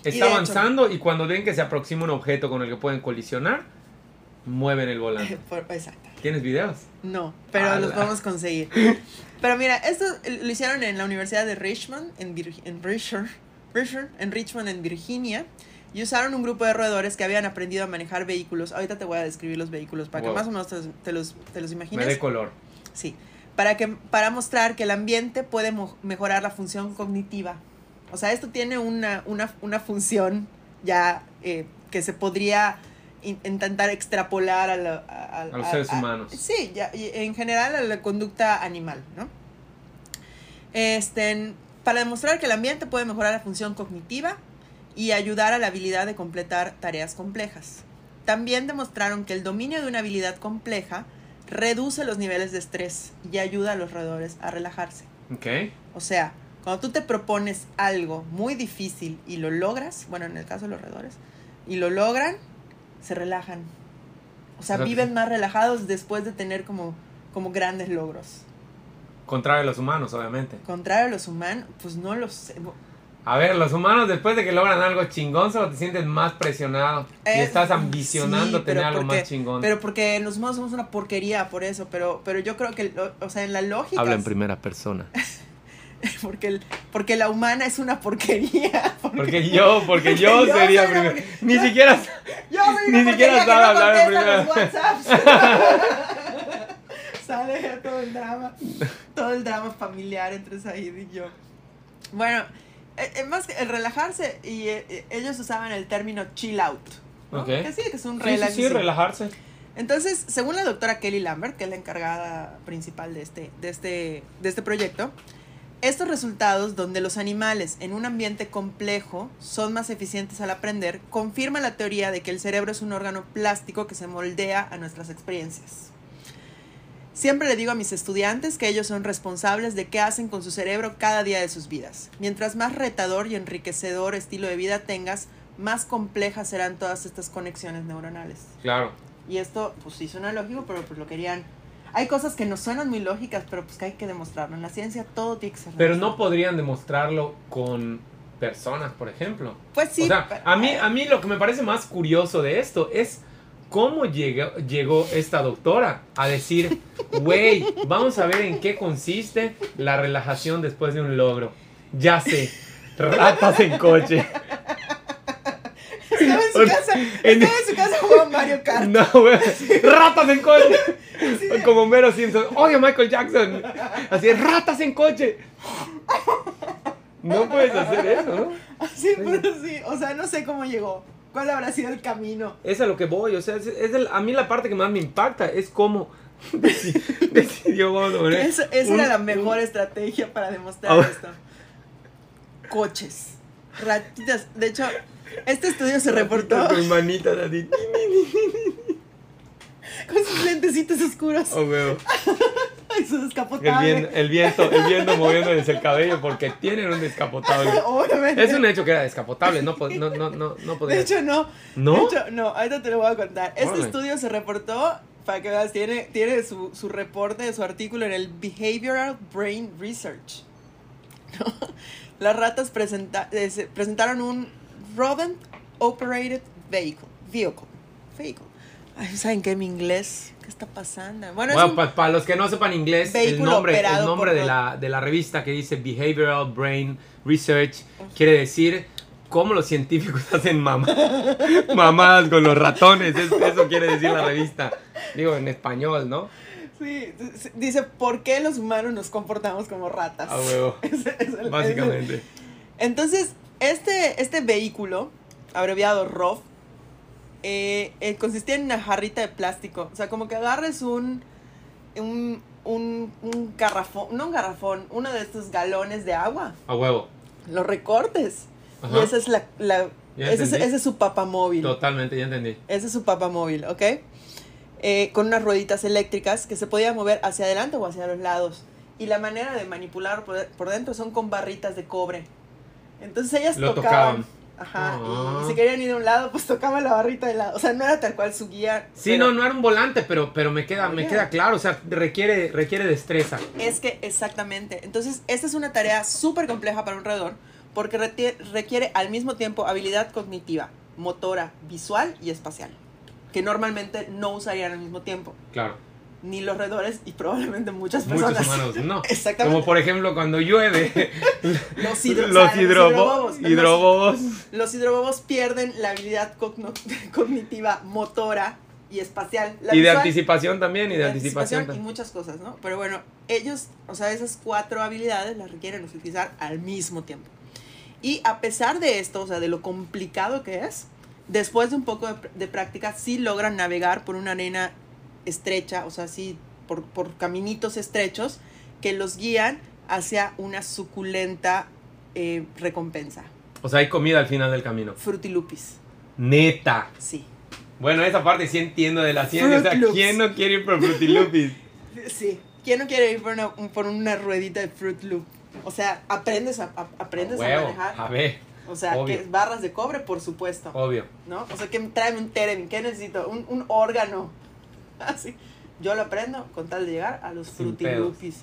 [SPEAKER 2] Está
[SPEAKER 1] hecho-
[SPEAKER 2] avanzando y cuando ven que se aproxima un objeto con el que pueden colisionar, mueven el volante.
[SPEAKER 1] Por- Exacto.
[SPEAKER 2] ¿Tienes videos?
[SPEAKER 1] No, pero los
[SPEAKER 2] Ala.
[SPEAKER 1] podemos conseguir. Pero mira, esto lo hicieron en la Universidad de Richmond, en, Vir- en Richmond, Richmond, en Richmond, en Virginia. Y usaron un grupo de roedores que habían aprendido a manejar vehículos. Ahorita te voy a describir los vehículos para
[SPEAKER 2] Wow.
[SPEAKER 1] que más o menos te, los- te los, te los
[SPEAKER 2] Me
[SPEAKER 1] imagines.
[SPEAKER 2] dé color.
[SPEAKER 1] Sí, para, que, para mostrar que el ambiente puede mo- mejorar la función cognitiva. O sea, esto tiene una, una, una función ya eh, que se podría in- intentar extrapolar a, la- a- a-
[SPEAKER 2] los seres humanos.
[SPEAKER 1] Sí, ya, y en general a la conducta animal, ¿no? Este, para demostrar que el ambiente puede mejorar la función cognitiva y ayudar a la habilidad de completar tareas complejas. También demostraron que el dominio de una habilidad compleja reduce los niveles de estrés y ayuda a los roedores a relajarse.
[SPEAKER 2] Ok.
[SPEAKER 1] O sea, cuando tú te propones algo muy difícil y lo logras, bueno, en el caso de los roedores, y lo logran, se relajan. O sea,
[SPEAKER 2] O sea,
[SPEAKER 1] viven
[SPEAKER 2] que-
[SPEAKER 1] más relajados después de tener como, como grandes logros.
[SPEAKER 2] Contrario a los humanos, obviamente.
[SPEAKER 1] Contrario a los humanos, pues no los sé.
[SPEAKER 2] A ver, los humanos después de que logran algo chingón, solo te sientes más presionado. y
[SPEAKER 1] Eh,
[SPEAKER 2] estás
[SPEAKER 1] sí,
[SPEAKER 2] ambicionando
[SPEAKER 1] pero
[SPEAKER 2] tener algo
[SPEAKER 1] porque-
[SPEAKER 2] más chingón.
[SPEAKER 1] Pero porque los humanos somos una porquería por eso, pero, pero yo creo que, lo- o sea, en la lógica...
[SPEAKER 2] Habla en primera persona.
[SPEAKER 1] porque, el- porque la humana es una porquería.
[SPEAKER 2] Porque yo, porque yo
[SPEAKER 1] Porque yo
[SPEAKER 2] sería
[SPEAKER 1] soy la
[SPEAKER 2] primero.
[SPEAKER 1] única-
[SPEAKER 2] Ni siquiera.
[SPEAKER 1] Yo soy una
[SPEAKER 2] Ni siquiera
[SPEAKER 1] porquería que
[SPEAKER 2] sabe
[SPEAKER 1] no
[SPEAKER 2] hablar en
[SPEAKER 1] contesta los WhatsApps. Sale ya todo el drama, todo el drama familiar entre Said y yo. Bueno, eh, eh, más que el relajarse, y eh, eh, ellos usaban el término chill out. ¿no?
[SPEAKER 2] Ok.
[SPEAKER 1] Que sí, que es un
[SPEAKER 2] Sí, sí,
[SPEAKER 1] relax.
[SPEAKER 2] sí, relajarse.
[SPEAKER 1] Entonces, según la doctora Kelly Lambert, que es la encargada principal de este, de este, de este proyecto, estos resultados donde los animales en un ambiente complejo son más eficientes al aprender, confirman la teoría de que el cerebro es un órgano plástico que se moldea a nuestras experiencias. Siempre le digo a mis estudiantes que ellos son responsables de qué hacen con su cerebro cada día de sus vidas. Mientras más retador y enriquecedor estilo de vida tengas, más complejas serán todas estas conexiones neuronales.
[SPEAKER 2] Claro.
[SPEAKER 1] Y esto, pues sí suena lógico, pero pues lo querían. Hay cosas que no suenan muy lógicas, pero pues que hay que demostrarlo. En la ciencia todo tiene que ser.
[SPEAKER 2] Pero no
[SPEAKER 1] demostrado.
[SPEAKER 2] podrían demostrarlo con personas, por ejemplo.
[SPEAKER 1] Pues sí.
[SPEAKER 2] o sea,
[SPEAKER 1] pero-
[SPEAKER 2] a mí, a mí lo que me parece más curioso de esto es cómo llegó, llegó esta doctora a decir, güey, vamos a ver en qué consiste la relajación después de un logro. Ya sé, ratas en coche.
[SPEAKER 1] Estaba en su casa.
[SPEAKER 2] En-
[SPEAKER 1] Estaba en su casa jugando Mario Kart.
[SPEAKER 2] No, güey, ratas en coche.
[SPEAKER 1] Sí, de-
[SPEAKER 2] Como Mero Simpson, odio a Michael Jackson. Así, ratas en coche. No puedes hacer eso, ¿no?
[SPEAKER 1] sí, pero sí. O sea, no sé cómo llegó. ¿Cuál habrá sido el camino?
[SPEAKER 2] Es a lo que voy, o sea, es, es el- a mí la parte que más me impacta es cómo deci- decidió vamos a poner
[SPEAKER 1] Esa, esa
[SPEAKER 2] un-
[SPEAKER 1] era la
[SPEAKER 2] un-
[SPEAKER 1] mejor estrategia para demostrar
[SPEAKER 2] Ahora-
[SPEAKER 1] esto. Coches. Ratitas. De hecho, este estudio se reportó
[SPEAKER 2] Con manitas así.
[SPEAKER 1] con sus lentecitos oscuros
[SPEAKER 2] Oh, huevo.
[SPEAKER 1] y su
[SPEAKER 2] El, vien-
[SPEAKER 1] descapotable.
[SPEAKER 2] el viento, el viento moviéndoles el cabello porque tienen un descapotable.
[SPEAKER 1] Obviamente.
[SPEAKER 2] Es un hecho que era descapotable, no, pod- no, no, no, no podía.
[SPEAKER 1] De hecho, no. De
[SPEAKER 2] ¿No?
[SPEAKER 1] hecho, no, ahorita te lo voy a contar. Este
[SPEAKER 2] Órale.
[SPEAKER 1] estudio se reportó, para que veas, tiene, tiene su, su reporte, su artículo en el Behavioral Brain Research. ¿No? Las ratas presenta- eh, se- presentaron un rodent operated vehicle. Vehicle. vehicle. Ay, ¿saben qué? Mi inglés, ¿qué está pasando? Bueno,
[SPEAKER 2] Bueno, pues,
[SPEAKER 1] es un-
[SPEAKER 2] para los que no sepan inglés, el
[SPEAKER 1] Vehículo
[SPEAKER 2] nombre, el
[SPEAKER 1] operado
[SPEAKER 2] nombre
[SPEAKER 1] por
[SPEAKER 2] de,
[SPEAKER 1] los-
[SPEAKER 2] la, de la revista que dice Behavioral Brain Research quiere decir cómo los científicos hacen mamá, mamadas con los ratones. es- eso quiere decir la revista. Digo, en español, ¿no?
[SPEAKER 1] sí, d- dice, ¿por qué los humanos nos comportamos como ratas?
[SPEAKER 2] A Ah, huevo.
[SPEAKER 1] Es- es el- es
[SPEAKER 2] Básicamente.
[SPEAKER 1] el- Entonces, este, este vehículo, abreviado ROV, eh, eh, consistía en una jarrita de plástico. O sea, como que agarres un, un, un, un garrafón, no un garrafón, uno de estos galones de agua,
[SPEAKER 2] A huevo.
[SPEAKER 1] lo recortes.
[SPEAKER 2] Ajá.
[SPEAKER 1] Y esa es la... la-
[SPEAKER 2] Ya
[SPEAKER 1] ese, es,
[SPEAKER 2] entendí.
[SPEAKER 1] ese es su papamóvil.
[SPEAKER 2] Totalmente, ya entendí.
[SPEAKER 1] Ese es su papamóvil, ¿ok? Eh, con unas rueditas eléctricas que se podía mover hacia adelante o hacia los lados. Y la manera de manipular por, por dentro son con barritas de cobre. Entonces ellas
[SPEAKER 2] Lo
[SPEAKER 1] tocaban.
[SPEAKER 2] tocaban.
[SPEAKER 1] Ajá.
[SPEAKER 2] Ah.
[SPEAKER 1] Y si querían ir de un lado, pues tocaban la barrita de lado. O sea, no era tal cual su guía.
[SPEAKER 2] Sí,
[SPEAKER 1] pero
[SPEAKER 2] no, no era un volante, pero, pero me queda, me
[SPEAKER 1] Oye.
[SPEAKER 2] queda claro. O sea, requiere, requiere destreza.
[SPEAKER 1] Es que exactamente. Entonces, esta es una tarea súper compleja para un redor porque reti- requiere al mismo tiempo habilidad cognitiva, motora, visual y espacial. Que normalmente no usarían al mismo tiempo.
[SPEAKER 2] Claro.
[SPEAKER 1] ni los redores y probablemente muchas personas.
[SPEAKER 2] Muchos humanos, no. Como
[SPEAKER 1] Exactamente.
[SPEAKER 2] por ejemplo cuando llueve,
[SPEAKER 1] Los, hidro- o
[SPEAKER 2] los
[SPEAKER 1] sea,
[SPEAKER 2] hidrobo-
[SPEAKER 1] hidrobobos.
[SPEAKER 2] hidrobobos.
[SPEAKER 1] Los hidrobobos pierden la habilidad cogno- cognitiva, motora y espacial. La
[SPEAKER 2] y de
[SPEAKER 1] visual,
[SPEAKER 2] anticipación también, y de
[SPEAKER 1] la
[SPEAKER 2] anticipación.
[SPEAKER 1] y
[SPEAKER 2] tam-
[SPEAKER 1] muchas cosas, ¿no? Pero bueno, ellos, o sea, esas cuatro habilidades las requieren utilizar al mismo tiempo. Y a pesar de esto, o sea, de lo complicado que es, después de un poco de, pr- de práctica, sí logran navegar por una arena estrecha, o sea, sí, por, por caminitos estrechos que los guían hacia una suculenta eh, recompensa.
[SPEAKER 2] O sea, hay comida al final del camino.
[SPEAKER 1] Frutilupis,
[SPEAKER 2] Neta.
[SPEAKER 1] sí.
[SPEAKER 2] Bueno, esa parte sí entiendo de la ciencia. O sea,
[SPEAKER 1] Fruit Loops.
[SPEAKER 2] ¿quién no quiere ir por Fruity Loopies?
[SPEAKER 1] Sí. ¿Quién no quiere ir por una, un- por una ruedita de Fruit Loop? O sea, aprendes a, a- aprendes a
[SPEAKER 2] Huevo.
[SPEAKER 1] manejar.
[SPEAKER 2] A ver,
[SPEAKER 1] O sea,
[SPEAKER 2] obvio. Oh.
[SPEAKER 1] que barras de cobre, por supuesto.
[SPEAKER 2] obvio.
[SPEAKER 1] ¿No? O sea, que tráeme un Teremin, ¿qué necesito? Un, un órgano. Así. Yo lo aprendo con tal de llegar a los
[SPEAKER 2] Sin
[SPEAKER 1] frutilupis.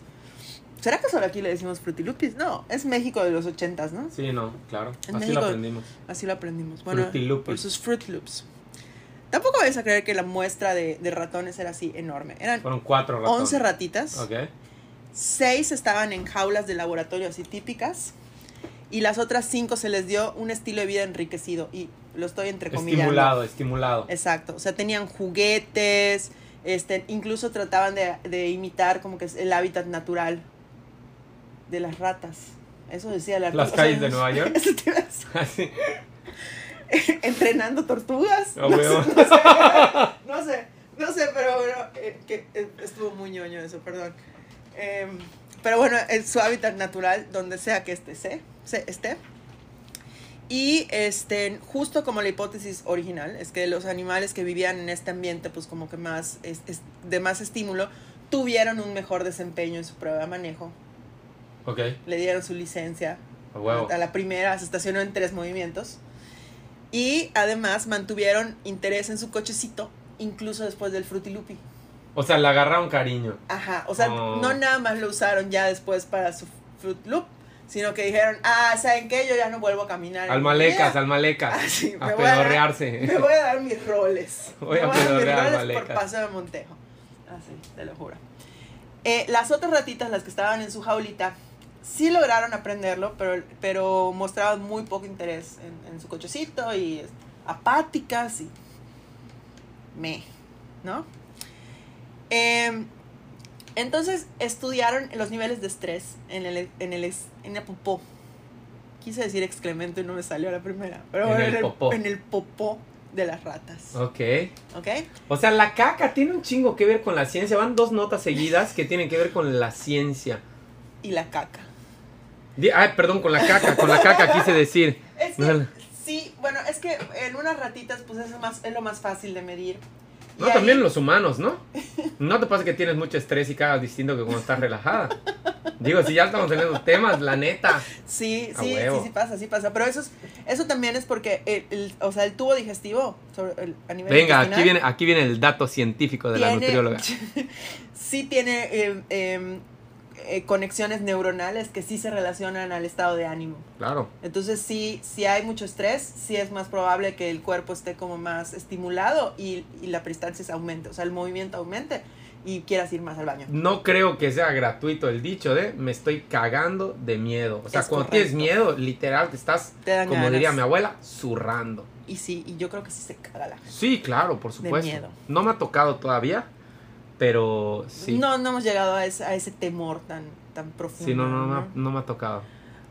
[SPEAKER 1] ¿Será que solo aquí le decimos frutilupis? No, es México de los ochentas, ¿no?
[SPEAKER 2] Sí, no, claro. Así
[SPEAKER 1] En
[SPEAKER 2] lo
[SPEAKER 1] México-
[SPEAKER 2] aprendimos.
[SPEAKER 1] Así lo aprendimos. Bueno,
[SPEAKER 2] Frutilupis.
[SPEAKER 1] por sus Fruit Loops. Tampoco vais a creer que la muestra de, de ratones era así enorme. Eran
[SPEAKER 2] Fueron cuatro ratones.
[SPEAKER 1] 11 ratitas.
[SPEAKER 2] Ok.
[SPEAKER 1] Seis estaban en jaulas de laboratorio así típicas. Y las otras cinco se les dio un estilo de vida enriquecido. Y lo estoy entre
[SPEAKER 2] Estimulado, estimulado.
[SPEAKER 1] Exacto. O sea, tenían juguetes. Este, incluso trataban de, de imitar como que es el hábitat natural de las ratas. Eso decía el
[SPEAKER 2] Las
[SPEAKER 1] artículo.
[SPEAKER 2] calles de Nueva York.
[SPEAKER 1] Eso te iba a decir.
[SPEAKER 2] Así.
[SPEAKER 1] Entrenando tortugas.
[SPEAKER 2] A
[SPEAKER 1] no,
[SPEAKER 2] huevo.
[SPEAKER 1] sé, no sé, no sé, no sé, pero bueno, eh, que, eh, estuvo muy ñoño eso, perdón. Em, pero bueno, es su hábitat natural, donde sea que este se- se- esté. Y este, justo como la hipótesis original, es que los animales que vivían en este ambiente, pues como que más, es- es- de más estímulo, tuvieron un mejor desempeño en su prueba de manejo.
[SPEAKER 2] Ok,
[SPEAKER 1] Le dieron su licencia,
[SPEAKER 2] a huevo.
[SPEAKER 1] a la primera se estacionó en tres movimientos. Y además mantuvieron interés en su cochecito, incluso después del Frutilupi.
[SPEAKER 2] O sea, le agarraron cariño.
[SPEAKER 1] Ajá, o sea,
[SPEAKER 2] Oh.
[SPEAKER 1] no nada más lo usaron ya después para su Fruit Loop, sino que dijeron, ah, ¿saben qué? Yo ya no vuelvo a caminar. en mi
[SPEAKER 2] Almalecas,
[SPEAKER 1] vida.
[SPEAKER 2] almalecas.
[SPEAKER 1] Ah, sí,
[SPEAKER 2] a
[SPEAKER 1] me voy a dar- Me
[SPEAKER 2] pedorrearse.
[SPEAKER 1] voy a dar mis roles.
[SPEAKER 2] Voy
[SPEAKER 1] Me
[SPEAKER 2] a
[SPEAKER 1] dar mis
[SPEAKER 2] pedorrear
[SPEAKER 1] roles por
[SPEAKER 2] malecas.
[SPEAKER 1] paso de Montejo. Así, te lo juro. Eh, las otras ratitas, las que estaban en su jaulita, sí lograron aprenderlo, pero, pero mostraban muy poco interés en, en su cochecito y apáticas y me, ¿no? Em, entonces estudiaron los niveles de estrés en el, en el, ex- en el popó. Quise decir excremento y no me salió a la primera. Pero
[SPEAKER 2] En
[SPEAKER 1] bueno,
[SPEAKER 2] el
[SPEAKER 1] en, el,
[SPEAKER 2] popó.
[SPEAKER 1] en el popó de las ratas.
[SPEAKER 2] Ah. Ok.
[SPEAKER 1] ¿Ok?
[SPEAKER 2] O sea, la caca tiene un chingo que ver con la ciencia. Van dos notas seguidas que tienen que ver con la ciencia.
[SPEAKER 1] Y la caca.
[SPEAKER 2] Di- Ay, perdón, con la caca, con la caca quise decir.
[SPEAKER 1] Es que,
[SPEAKER 2] Dale.
[SPEAKER 1] sí, bueno, es que en unas ratitas, pues es, más, es lo más fácil de medir. Y
[SPEAKER 2] No,
[SPEAKER 1] ahí-
[SPEAKER 2] también los humanos, ¿no? No te pasa que tienes mucho estrés y cagas distinto que cuando estás relajada. Digo, si ya estamos en esos temas, la neta.
[SPEAKER 1] Sí,
[SPEAKER 2] A
[SPEAKER 1] sí, sí,
[SPEAKER 2] huevo.
[SPEAKER 1] sí pasa, sí pasa. Pero eso, es- eso también es porque, el, el- o sea, el tubo digestivo sobre el, a nivel
[SPEAKER 2] Venga, aquí
[SPEAKER 1] intestinal-
[SPEAKER 2] viene, aquí viene el dato científico de la
[SPEAKER 1] Tiene-
[SPEAKER 2] nutrióloga.
[SPEAKER 1] sí tiene eh, eh, eh, conexiones neuronales que sí se relacionan al estado de ánimo.
[SPEAKER 2] Claro.
[SPEAKER 1] Entonces sí, si hay mucho estrés, sí es más probable que el cuerpo esté como más estimulado y, y la prestancia se aumente, o sea, el movimiento aumente y quieras ir más al baño.
[SPEAKER 2] No creo que sea gratuito el dicho de me estoy cagando de miedo. O sea,
[SPEAKER 1] Es
[SPEAKER 2] cuando
[SPEAKER 1] correcto.
[SPEAKER 2] tienes miedo, literal te estás,
[SPEAKER 1] Te dan
[SPEAKER 2] como
[SPEAKER 1] ganas.
[SPEAKER 2] diría mi abuela, zurrando.
[SPEAKER 1] Y sí, y yo creo que sí se caga la gente.
[SPEAKER 2] Sí, claro, por supuesto.
[SPEAKER 1] miedo.
[SPEAKER 2] No me ha tocado todavía, pero sí.
[SPEAKER 1] No, no hemos llegado a ese, a ese temor tan, tan profundo.
[SPEAKER 2] Sí, no, no, no, no me ha tocado.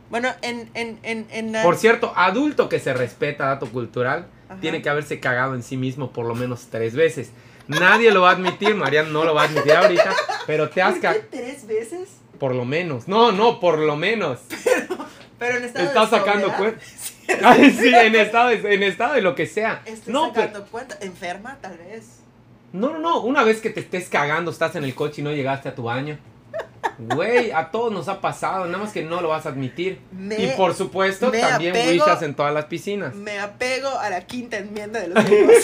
[SPEAKER 1] Bueno, en, en, en, en la-
[SPEAKER 2] Por cierto, adulto que se respeta, dato cultural,
[SPEAKER 1] Ajá.
[SPEAKER 2] tiene que haberse cagado en sí mismo por lo menos tres veces. Nadie lo va a admitir, Marian no lo va a admitir ahorita, pero te has
[SPEAKER 1] ¿Por qué
[SPEAKER 2] cagado.
[SPEAKER 1] tres veces?
[SPEAKER 2] Por lo menos. No, no, por lo menos.
[SPEAKER 1] Pero en estado
[SPEAKER 2] Estás
[SPEAKER 1] de
[SPEAKER 2] sacando
[SPEAKER 1] sobriedad,
[SPEAKER 2] cuenta. Ay, sí, en estado, de- en estado de lo que sea.
[SPEAKER 1] Estoy
[SPEAKER 2] No, pero-
[SPEAKER 1] sacando cuenta. Enferma, tal vez.
[SPEAKER 2] no, no, no. Una vez que te estés cagando, estás en el coche y no llegaste a tu baño. Güey, a todos nos ha pasado, nada más que no lo vas a admitir.
[SPEAKER 1] Me,
[SPEAKER 2] y por supuesto,
[SPEAKER 1] me
[SPEAKER 2] también
[SPEAKER 1] apego-
[SPEAKER 2] wishas en todas las piscinas.
[SPEAKER 1] me apego a la quinta enmienda de los libros.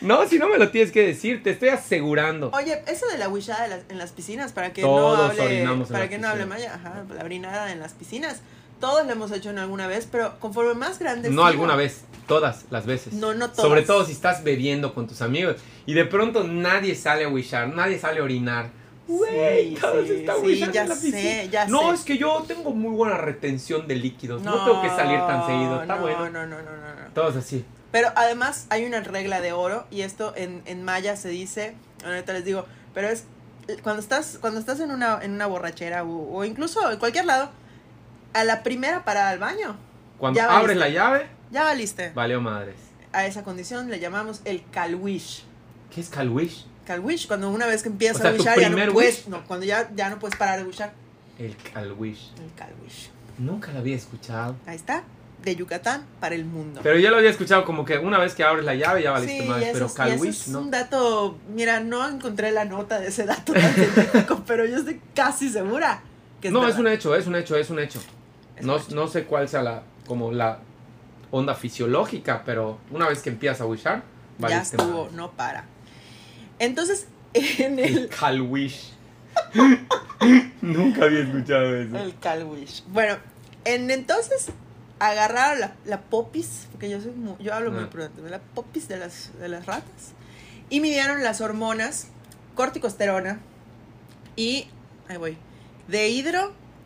[SPEAKER 2] No, si no me lo tienes que decir, te estoy asegurando.
[SPEAKER 1] Oye, eso de la huishada de las- en las piscinas, para que
[SPEAKER 2] Todos
[SPEAKER 1] no hable,
[SPEAKER 2] orinamos en
[SPEAKER 1] para
[SPEAKER 2] las
[SPEAKER 1] que no hable
[SPEAKER 2] piscinas.
[SPEAKER 1] maya, ajá, la orinada en las piscinas. Todos lo hemos hecho en alguna vez, pero conforme más grandes.
[SPEAKER 2] No alguna vez, todas las veces.
[SPEAKER 1] No, no todas.
[SPEAKER 2] Sobre todo si estás bebiendo con tus amigos y de pronto nadie sale a wishar, nadie sale a orinar. Güey,
[SPEAKER 1] Sí,
[SPEAKER 2] todos
[SPEAKER 1] sí,
[SPEAKER 2] están
[SPEAKER 1] sí,
[SPEAKER 2] wishando
[SPEAKER 1] ya
[SPEAKER 2] en la
[SPEAKER 1] sé,
[SPEAKER 2] piscina.
[SPEAKER 1] ya
[SPEAKER 2] no,
[SPEAKER 1] sé.
[SPEAKER 2] es que yo tengo muy buena retención de líquidos, no, tengo que salir tan seguido, está
[SPEAKER 1] no,
[SPEAKER 2] bueno.
[SPEAKER 1] No, no, no, no, no.
[SPEAKER 2] Todos así.
[SPEAKER 1] Pero además hay una regla de oro y esto en, en maya se dice, ahorita les digo, pero es eh, cuando estás cuando estás en una en una borrachera o, o incluso en cualquier lado a la primera parada al baño
[SPEAKER 2] Cuando
[SPEAKER 1] Ya
[SPEAKER 2] abres
[SPEAKER 1] valiste.
[SPEAKER 2] la llave,
[SPEAKER 1] ya valiste.
[SPEAKER 2] valió madres.
[SPEAKER 1] A esa condición le llamamos el calwish.
[SPEAKER 2] ¿Qué es calwish?
[SPEAKER 1] Calwish cuando una vez que empiezas
[SPEAKER 2] O sea,
[SPEAKER 1] a
[SPEAKER 2] tu
[SPEAKER 1] wishar ya
[SPEAKER 2] primer
[SPEAKER 1] no puedes,
[SPEAKER 2] wish.
[SPEAKER 1] no, cuando ya ya no puedes parar de wishar,
[SPEAKER 2] El calwish.
[SPEAKER 1] el calwish.
[SPEAKER 2] Nunca lo había escuchado.
[SPEAKER 1] Ahí está, de Yucatán para el mundo.
[SPEAKER 2] Pero ya lo había escuchado como que una vez que abres la llave ya valiste
[SPEAKER 1] Sí,
[SPEAKER 2] madres,
[SPEAKER 1] eso
[SPEAKER 2] pero
[SPEAKER 1] es- y eso
[SPEAKER 2] calwish
[SPEAKER 1] es
[SPEAKER 2] no.
[SPEAKER 1] un dato, mira, no encontré la nota de ese dato tan científico, pero yo estoy casi segura que es
[SPEAKER 2] no,
[SPEAKER 1] verdad.
[SPEAKER 2] es un hecho, es un hecho, es un hecho.
[SPEAKER 1] Es
[SPEAKER 2] No,
[SPEAKER 1] un hecho.
[SPEAKER 2] no sé cuál sea la, como la onda fisiológica, pero una vez que empiezas a wishar,
[SPEAKER 1] Ya
[SPEAKER 2] valiste
[SPEAKER 1] estuvo,
[SPEAKER 2] madre.
[SPEAKER 1] no para. Entonces, en el,
[SPEAKER 2] Calwish. Nunca había escuchado eso.
[SPEAKER 1] el Calwish. Bueno, en entonces agarraron la, la popis, porque yo, soy mu- yo hablo muy
[SPEAKER 2] Ah.
[SPEAKER 1] prudente, la popis de las, de las ratas, y midieron las hormonas corticosterona y, ahí voy,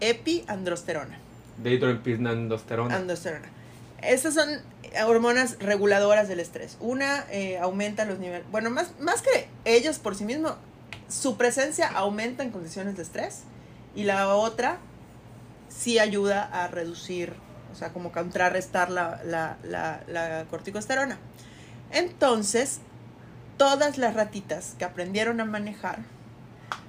[SPEAKER 1] dehidroepiandrosterona.
[SPEAKER 2] De hidroepirandosterona.
[SPEAKER 1] Andosterona. Estas son hormonas reguladoras del estrés. Una eh, aumenta los niveles. Bueno, más, más que ellos por sí mismos, su presencia aumenta en condiciones de estrés. Y la otra sí ayuda a reducir, o sea, como contrarrestar la, la, la, la corticosterona. Entonces, todas las ratitas que aprendieron a manejar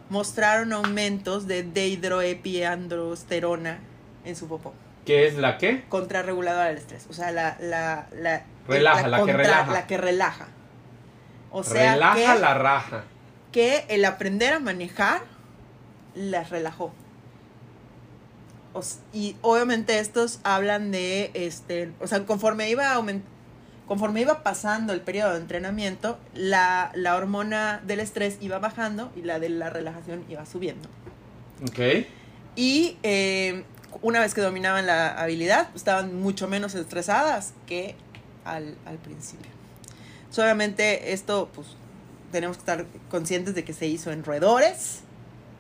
[SPEAKER 1] mostraron aumentos de dehidroepiandrosterona en su popó
[SPEAKER 2] ¿Qué es la qué?
[SPEAKER 1] contrarreguladora del estrés. O sea, la, la, la,
[SPEAKER 2] Relaja, la que relaja.
[SPEAKER 1] la que relaja. O sea,
[SPEAKER 2] Relaja
[SPEAKER 1] que,
[SPEAKER 2] la raja.
[SPEAKER 1] que el aprender a manejar las relajó. O s- y obviamente estos hablan de, este, o sea, conforme iba aumen- Conforme iba pasando el periodo de entrenamiento, la, la hormona del estrés iba bajando y la de la relajación iba subiendo.
[SPEAKER 2] Ok.
[SPEAKER 1] Y eh, una vez que dominaban la habilidad, estaban mucho menos estresadas que al, al principio. Solamente esto, pues, tenemos que estar conscientes de que se hizo en roedores,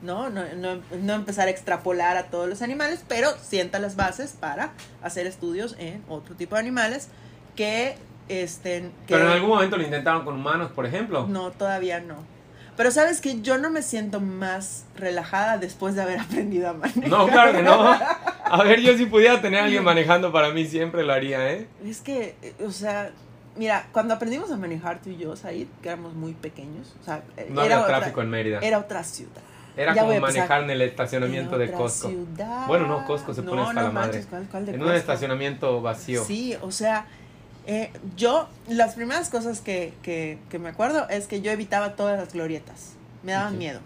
[SPEAKER 1] ¿no? No, no- no empezar a extrapolar a todos los animales, pero sienta las bases para hacer estudios en otro tipo de animales que estén... que-
[SPEAKER 2] Pero en algún momento lo intentaron con humanos, por ejemplo.
[SPEAKER 1] No, todavía no. Pero sabes que yo no me siento más relajada después de haber aprendido a manejar.
[SPEAKER 2] No, claro que no. A ver, yo si pudiera tener a alguien manejando para mí, siempre lo haría, ¿eh?
[SPEAKER 1] Es que, eh, o sea, mira, cuando aprendimos a manejar tú y yo, Said, que éramos muy pequeños, o sea, eh,
[SPEAKER 2] No
[SPEAKER 1] era,
[SPEAKER 2] había
[SPEAKER 1] otra,
[SPEAKER 2] tráfico en Mérida.
[SPEAKER 1] era otra ciudad.
[SPEAKER 2] Era
[SPEAKER 1] Ya
[SPEAKER 2] como
[SPEAKER 1] voy a empezar.
[SPEAKER 2] manejar en el estacionamiento
[SPEAKER 1] Era
[SPEAKER 2] de
[SPEAKER 1] otra
[SPEAKER 2] Costco.
[SPEAKER 1] ciudad.
[SPEAKER 2] Bueno, no, Costco se pone
[SPEAKER 1] No,
[SPEAKER 2] hasta
[SPEAKER 1] no
[SPEAKER 2] la
[SPEAKER 1] manches,
[SPEAKER 2] madre.
[SPEAKER 1] ¿cuál- cuál de
[SPEAKER 2] En un
[SPEAKER 1] Costco?
[SPEAKER 2] estacionamiento vacío.
[SPEAKER 1] Sí, o sea, eh, yo, las primeras cosas que, que, que me acuerdo es que yo evitaba todas las glorietas. Me daban
[SPEAKER 2] Ok.
[SPEAKER 1] miedo.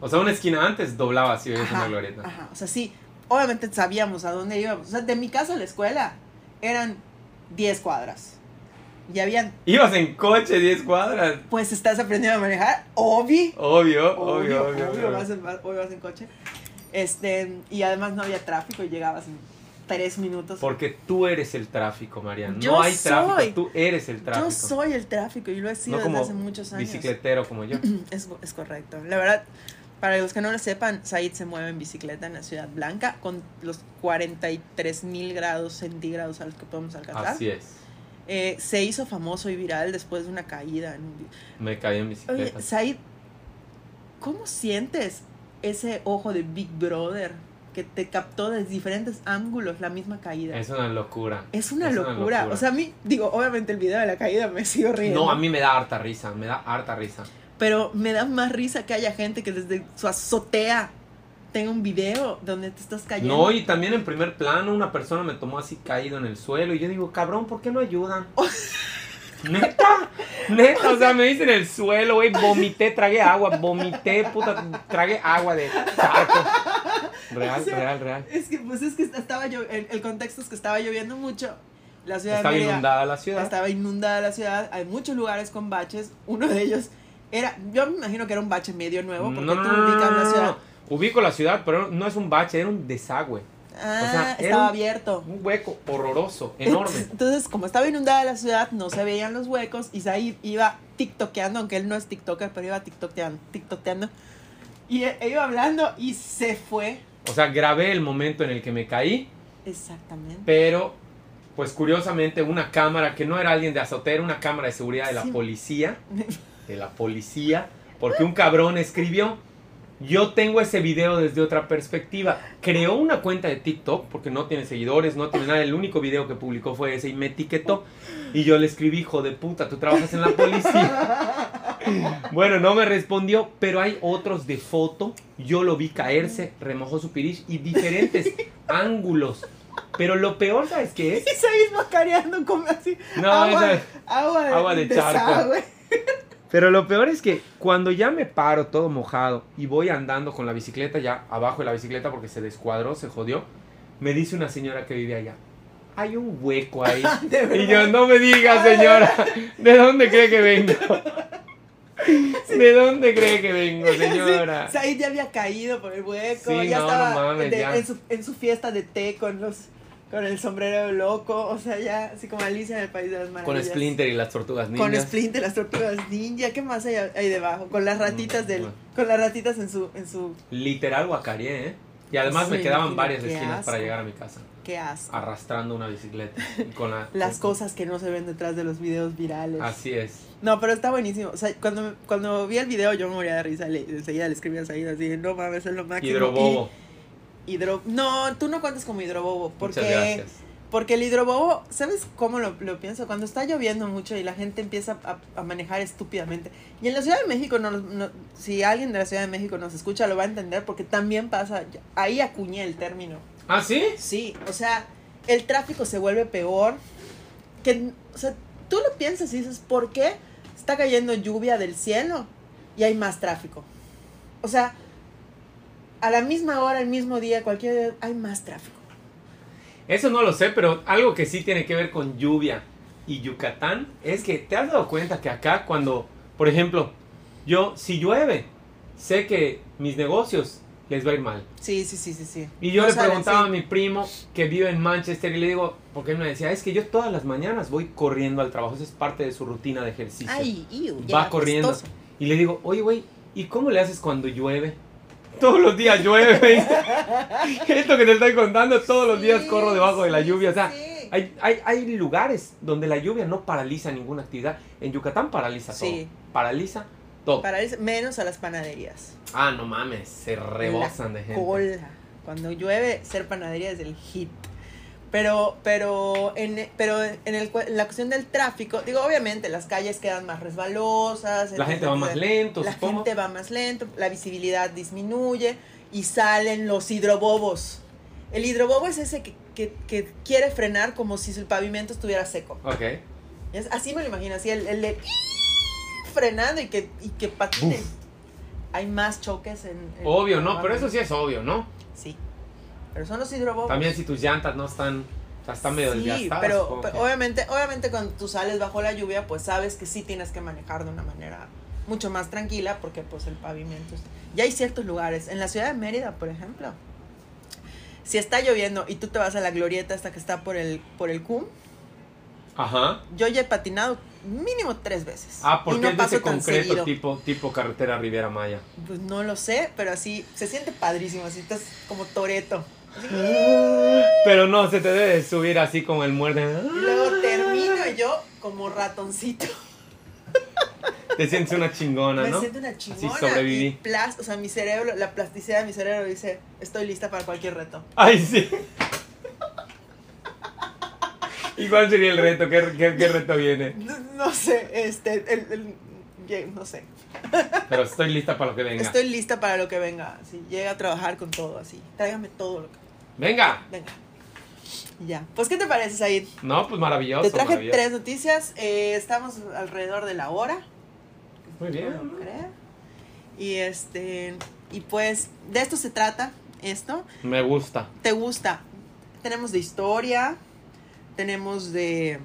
[SPEAKER 2] O sea, una esquina antes doblaba así, es
[SPEAKER 1] Ajá,
[SPEAKER 2] una glorieta.
[SPEAKER 1] ajá, o sea, sí, obviamente sabíamos a dónde íbamos. O sea, de mi casa a la escuela eran 10 cuadras. Ya habían.
[SPEAKER 2] Ibas en coche 10 cuadras.
[SPEAKER 1] Pues estás aprendiendo a manejar, obvi.
[SPEAKER 2] Obvio,
[SPEAKER 1] Obvio,
[SPEAKER 2] obvio,
[SPEAKER 1] obvio,
[SPEAKER 2] obvio. obvio.
[SPEAKER 1] Vas en, vas- obvio vas en coche. Este, y además no había tráfico y llegabas en tres minutos.
[SPEAKER 2] Porque tú eres el tráfico, Mariana.
[SPEAKER 1] Yo
[SPEAKER 2] no hay
[SPEAKER 1] soy.
[SPEAKER 2] tráfico, tú eres el tráfico.
[SPEAKER 1] Yo soy el tráfico y lo he sido
[SPEAKER 2] no como
[SPEAKER 1] desde hace muchos años.
[SPEAKER 2] bicicletero como yo.
[SPEAKER 1] Es, es correcto. La verdad, para los que no lo sepan, Said se mueve en bicicleta en la Ciudad Blanca con los 43 mil grados centígrados a los que podemos alcanzar.
[SPEAKER 2] Así es.
[SPEAKER 1] Eh, se hizo famoso y viral después de una caída. En un... vi-
[SPEAKER 2] Me caí en
[SPEAKER 1] Oye,
[SPEAKER 2] bicicleta.
[SPEAKER 1] Said, ¿cómo sientes ese ojo de Big Brother que te captó desde diferentes ángulos la misma caída?
[SPEAKER 2] es una locura.
[SPEAKER 1] Es una,
[SPEAKER 2] es una
[SPEAKER 1] locura.
[SPEAKER 2] locura.
[SPEAKER 1] O sea, a mí, digo, obviamente el video de la caída me sigo riendo.
[SPEAKER 2] No, a mí me da harta risa, me da harta risa.
[SPEAKER 1] Pero me da más risa que haya gente que desde su azotea tenga un video donde te estás cayendo.
[SPEAKER 2] No, y también en primer plano una persona me tomó así caído en el suelo y yo digo, cabrón, ¿por qué no ayudan? Neta, neta, o sea, me dicen el suelo, güey, vomité, tragué agua, vomité, puta, tragué agua de charco. Real,
[SPEAKER 1] O sea,
[SPEAKER 2] real, real.
[SPEAKER 1] Es que, pues es que estaba yo, el, el contexto es que estaba lloviendo mucho. La ciudad de
[SPEAKER 2] Estaba
[SPEAKER 1] Mérida
[SPEAKER 2] inundada la ciudad.
[SPEAKER 1] estaba inundada la ciudad. Hay muchos lugares con baches. Uno de ellos era, yo me imagino que era un bache medio nuevo porque
[SPEAKER 2] No, no,
[SPEAKER 1] tú
[SPEAKER 2] no, no,
[SPEAKER 1] ubicas
[SPEAKER 2] no,
[SPEAKER 1] la
[SPEAKER 2] no,
[SPEAKER 1] ciudad.
[SPEAKER 2] no. Ubico la ciudad, pero no es un bache, era un desagüe.
[SPEAKER 1] Ah,
[SPEAKER 2] sea, era
[SPEAKER 1] estaba
[SPEAKER 2] un-
[SPEAKER 1] abierto.
[SPEAKER 2] Un hueco horroroso, enorme.
[SPEAKER 1] Entonces, como estaba inundada la ciudad, no se veían los huecos y Said iba tiktokeando, aunque él no es tiktoker, pero iba tiktokeando, tiktokeando. Y e- e iba hablando y se fue.
[SPEAKER 2] O sea, grabé el momento en el que me caí,
[SPEAKER 1] Exactamente.
[SPEAKER 2] pero pues curiosamente una cámara que no era alguien de azotea, era una cámara de seguridad de la
[SPEAKER 1] Sí.
[SPEAKER 2] policía, de la policía, porque un cabrón escribió, yo tengo ese video desde otra perspectiva. Creó una cuenta de TikTok, porque no tiene seguidores, no tiene nada, el único video que publicó fue ese y me etiquetó. Y yo le escribí, hijo de puta, tú trabajas en la policía. Bueno, no me respondió, pero hay otros de foto. Yo lo vi caerse, remojó su pirish y diferentes ángulos. Pero lo peor, ¿sabes qué es?
[SPEAKER 1] Y Said macareando como así.
[SPEAKER 2] No,
[SPEAKER 1] agua,
[SPEAKER 2] esa-
[SPEAKER 1] agua de,
[SPEAKER 2] agua de charco.
[SPEAKER 1] desagüe.
[SPEAKER 2] Pero lo peor es que cuando ya me paro todo mojado y voy andando con la bicicleta ya abajo de la bicicleta porque se descuadró, se jodió, me dice una señora que vive allá. Hay un hueco ahí.
[SPEAKER 1] De verdad.
[SPEAKER 2] Y yo, no me diga, señora, ¿de dónde cree que vengo? ¿De dónde cree que vengo, señora?
[SPEAKER 1] Sí, Said ya había caído por el hueco,
[SPEAKER 2] Sí,
[SPEAKER 1] ya
[SPEAKER 2] no,
[SPEAKER 1] estaba
[SPEAKER 2] no mames,
[SPEAKER 1] de-
[SPEAKER 2] ya.
[SPEAKER 1] En, su, en su fiesta de té con los con el sombrero de loco, o sea, ya así como Alicia en el País de las
[SPEAKER 2] Con
[SPEAKER 1] Maravillas.
[SPEAKER 2] Splinter y las tortugas
[SPEAKER 1] Con
[SPEAKER 2] ninjas. Mm,
[SPEAKER 1] Splinter, las tortugas ninja, ¿qué más hay, hay debajo? Con las ratitas del con las ratitas en su en su
[SPEAKER 2] Literal guacaré, ¿eh? Y además
[SPEAKER 1] Sí,
[SPEAKER 2] me quedaban
[SPEAKER 1] imagino,
[SPEAKER 2] varias
[SPEAKER 1] qué
[SPEAKER 2] esquinas para
[SPEAKER 1] asco.
[SPEAKER 2] llegar a mi casa,
[SPEAKER 1] qué asco.
[SPEAKER 2] arrastrando una bicicleta. y Con la-
[SPEAKER 1] Las cosas que no se ven detrás de los videos virales.
[SPEAKER 2] Así es.
[SPEAKER 1] No, pero está buenísimo. O sea, cuando, cuando vi el video yo me moría de risa. Le, enseguida le escribí a Said así, no mames, es lo máximo.
[SPEAKER 2] Hidrobobo.
[SPEAKER 1] Y- hidro- no, tú no cuentas como hidrobobo. Porque
[SPEAKER 2] Muchas gracias.
[SPEAKER 1] Porque el hidrobobo, ¿sabes cómo lo, lo pienso? Cuando está lloviendo mucho y la gente empieza a, a manejar estúpidamente. Y en la Ciudad de México, no, no- si alguien de la Ciudad de México nos escucha, lo va a entender porque también pasa. Ahí acuñé el término.
[SPEAKER 2] ¿Ah, sí?
[SPEAKER 1] Sí, o sea, el tráfico se vuelve peor. Que, o sea, tú lo piensas y dices, ¿por qué está cayendo lluvia del cielo y hay más tráfico? O sea, a la misma hora, el mismo día, cualquier día, hay más tráfico.
[SPEAKER 2] Eso no lo sé, pero algo que sí tiene que ver con lluvia y Yucatán es que te has dado cuenta que acá cuando, por ejemplo, yo si llueve, sé que mis negocios les va a ir mal.
[SPEAKER 1] Sí, sí, sí, sí, sí.
[SPEAKER 2] Y yo
[SPEAKER 1] No
[SPEAKER 2] le
[SPEAKER 1] salen,
[SPEAKER 2] preguntaba
[SPEAKER 1] sí.
[SPEAKER 2] a mi primo que vive en Manchester y le digo, porque él me decía, es que yo todas las mañanas voy corriendo al trabajo, eso es parte de su rutina de ejercicio.
[SPEAKER 1] Ay, iu, ya,
[SPEAKER 2] va corriendo.
[SPEAKER 1] apestoso.
[SPEAKER 2] Y le digo, oye, güey, ¿y cómo le haces cuando llueve? Todos los días llueve. Esto que te estoy contando, todos los días
[SPEAKER 1] Sí,
[SPEAKER 2] corro debajo de la
[SPEAKER 1] sí,
[SPEAKER 2] lluvia. O sea,
[SPEAKER 1] sí.
[SPEAKER 2] hay, hay, hay lugares donde la lluvia no paraliza ninguna actividad. En Yucatán paraliza
[SPEAKER 1] Sí.
[SPEAKER 2] todo. Paraliza todo.
[SPEAKER 1] Para eso- menos a las panaderías.
[SPEAKER 2] Ah, no mames, se rebosan de gente.
[SPEAKER 1] Cola. Cuando llueve, ser panadería es el hit. Pero, pero, en, pero en, el, cu- en la cuestión del tráfico, digo, obviamente las calles quedan más resbalosas.
[SPEAKER 2] La gente va más
[SPEAKER 1] entonces,
[SPEAKER 2] lento,
[SPEAKER 1] La
[SPEAKER 2] supongo.
[SPEAKER 1] gente va más lento, la visibilidad disminuye y salen los hidrobobos. El hidrobobo es ese que, que- que quiere frenar como si su pavimento estuviera seco.
[SPEAKER 2] Ok.
[SPEAKER 1] Es- así me lo imagino, así el, el de frenando y que, y que patinen.
[SPEAKER 2] Uf.
[SPEAKER 1] Hay más choques en... en-
[SPEAKER 2] Obvio, ¿no? Pero eso sí es obvio, ¿no?
[SPEAKER 1] Sí. Pero son los hidrobobos.
[SPEAKER 2] También si tus llantas no están sea, está medio
[SPEAKER 1] Sí,
[SPEAKER 2] desgastada.
[SPEAKER 1] pero,
[SPEAKER 2] supongo
[SPEAKER 1] pero
[SPEAKER 2] que.
[SPEAKER 1] obviamente, obviamente cuando tú sales bajo la lluvia, pues sabes que sí tienes que manejar de una manera mucho más tranquila porque pues el pavimento es- Ya hay ciertos lugares, en la ciudad de Mérida, por ejemplo, si está lloviendo y tú te vas a la glorieta hasta que está por el, por el CUM,
[SPEAKER 2] Ajá.
[SPEAKER 1] yo ya he patinado mínimo tres veces.
[SPEAKER 2] Ah, porque
[SPEAKER 1] y no
[SPEAKER 2] es de
[SPEAKER 1] paso
[SPEAKER 2] ese
[SPEAKER 1] tan
[SPEAKER 2] concreto
[SPEAKER 1] seguido.
[SPEAKER 2] tipo, tipo carretera Riviera Maya.
[SPEAKER 1] Pues no lo sé, pero así se siente padrísimo, así estás como toreto.
[SPEAKER 2] Pero no, se te debe de subir así como el muerde.
[SPEAKER 1] Y luego termino yo como ratoncito.
[SPEAKER 2] Te sientes una chingona,
[SPEAKER 1] Me
[SPEAKER 2] ¿no?
[SPEAKER 1] siento una chingona.
[SPEAKER 2] sobreviví.
[SPEAKER 1] Y plas- o sea, mi cerebro, la plasticidad de mi cerebro dice, estoy lista para cualquier reto.
[SPEAKER 2] Ay, sí. ¿Y cuál sería el reto? ¿Qué, qué- qué reto viene?
[SPEAKER 1] No, no sé, este, el- el- ye- no sé.
[SPEAKER 2] Pero estoy lista para lo que venga.
[SPEAKER 1] Estoy lista para lo que venga. Si llega a trabajar con todo así, tráigame todo lo que
[SPEAKER 2] ¡Venga!
[SPEAKER 1] venga. Y Ya. Pues, ¿qué te parece, Said?
[SPEAKER 2] No, pues maravilloso.
[SPEAKER 1] Te traje
[SPEAKER 2] maravilloso.
[SPEAKER 1] tres noticias. eh, estamos alrededor de la hora.
[SPEAKER 2] Muy
[SPEAKER 1] No
[SPEAKER 2] bien.
[SPEAKER 1] lo creo. Y este, y pues, de esto se trata, esto.
[SPEAKER 2] Me gusta.
[SPEAKER 1] te gusta. Tenemos de historia, tenemos de,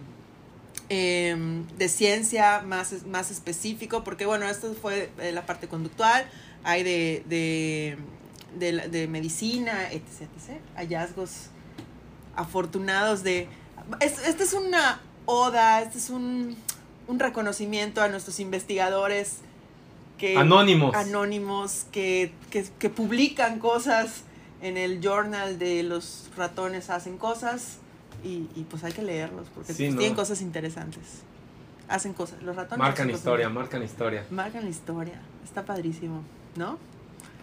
[SPEAKER 1] em, de ciencia más, es- más específico, porque bueno, esta fue eh, la parte conductual, hay de, de, de la- de medicina, etc, etc. Hallazgos afortunados de... es- esta es una oda, este es un, un reconocimiento a nuestros investigadores que
[SPEAKER 2] Anónimos.
[SPEAKER 1] Eh, anónimos que, que- que publican cosas en el journal de los ratones hacen cosas y, y pues hay que leerlos porque
[SPEAKER 2] Sí,
[SPEAKER 1] pues
[SPEAKER 2] ¿no?
[SPEAKER 1] tienen cosas interesantes. Hacen cosas, los ratones
[SPEAKER 2] Marcan
[SPEAKER 1] hacen cosas
[SPEAKER 2] historia, marcan historia.
[SPEAKER 1] interesantes. Marcan la historia, está padrísimo, ¿no?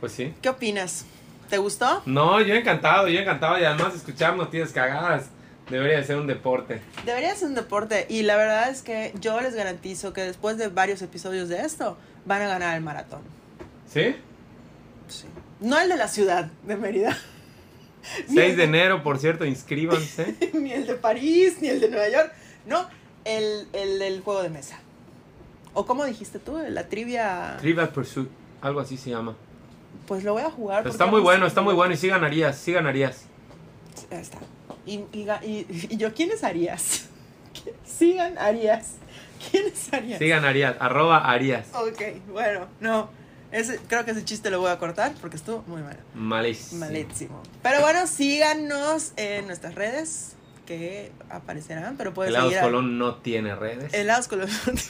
[SPEAKER 2] Pues sí.
[SPEAKER 1] ¿Qué opinas? ¿Te gustó?
[SPEAKER 2] No, yo encantado, yo encantado. Y además escuchar noticias cagadas debería de ser un deporte.
[SPEAKER 1] Debería ser un deporte y la verdad es que yo les garantizo que después de varios episodios de esto van a ganar el maratón.
[SPEAKER 2] ¿Sí?
[SPEAKER 1] Sí. No el de la ciudad de Mérida,
[SPEAKER 2] 6 de enero, por cierto, inscríbanse.
[SPEAKER 1] ni el de París, ni el de Nueva York. No, el, el del juego de mesa. ¿O cómo dijiste tú? La trivia.
[SPEAKER 2] Trivial Pursuit, algo así se llama.
[SPEAKER 1] Pues lo voy a jugar.
[SPEAKER 2] Pero
[SPEAKER 1] porque
[SPEAKER 2] está muy
[SPEAKER 1] vamos-
[SPEAKER 2] bueno, está muy bueno y sí ganarías, sí ganarías.
[SPEAKER 1] Ahí está. Y, y ga- y- y yo, ¿quiénes harías? ¿Qui- Sigan Arias. ¿Quiénes harías?
[SPEAKER 2] Sí ganarías, arroba Arias.
[SPEAKER 1] Ok, bueno, no. Ese, creo que ese chiste lo voy a cortar porque estuvo muy mal.
[SPEAKER 2] Malísimo.
[SPEAKER 1] Malísimo. Pero bueno, síganos en nuestras redes que aparecerán, pero pueden
[SPEAKER 2] Helados
[SPEAKER 1] seguir. a-
[SPEAKER 2] Colón no tiene redes.
[SPEAKER 1] Helados Colón.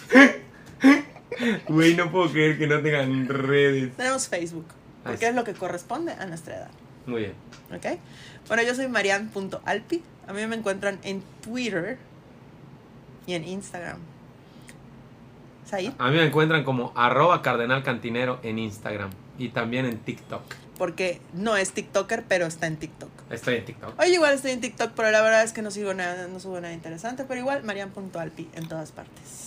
[SPEAKER 2] Güey, no puedo creer que no tengan redes.
[SPEAKER 1] Tenemos Facebook,
[SPEAKER 2] Ahí
[SPEAKER 1] porque
[SPEAKER 2] está.
[SPEAKER 1] es lo que corresponde a nuestra edad.
[SPEAKER 2] Muy bien.
[SPEAKER 1] ¿Ok? Bueno, yo soy marian.alpi. A mí me encuentran en Twitter y en Instagram. Said,
[SPEAKER 2] A mí me encuentran como arroba cardenal cantinero en Instagram y también en TikTok.
[SPEAKER 1] porque no es TikToker, pero está en TikTok.
[SPEAKER 2] Estoy en TikTok.
[SPEAKER 1] Oye, igual estoy en TikTok, pero la verdad es que no sigo nada, no subo nada interesante, pero igual marian.alpi en todas partes.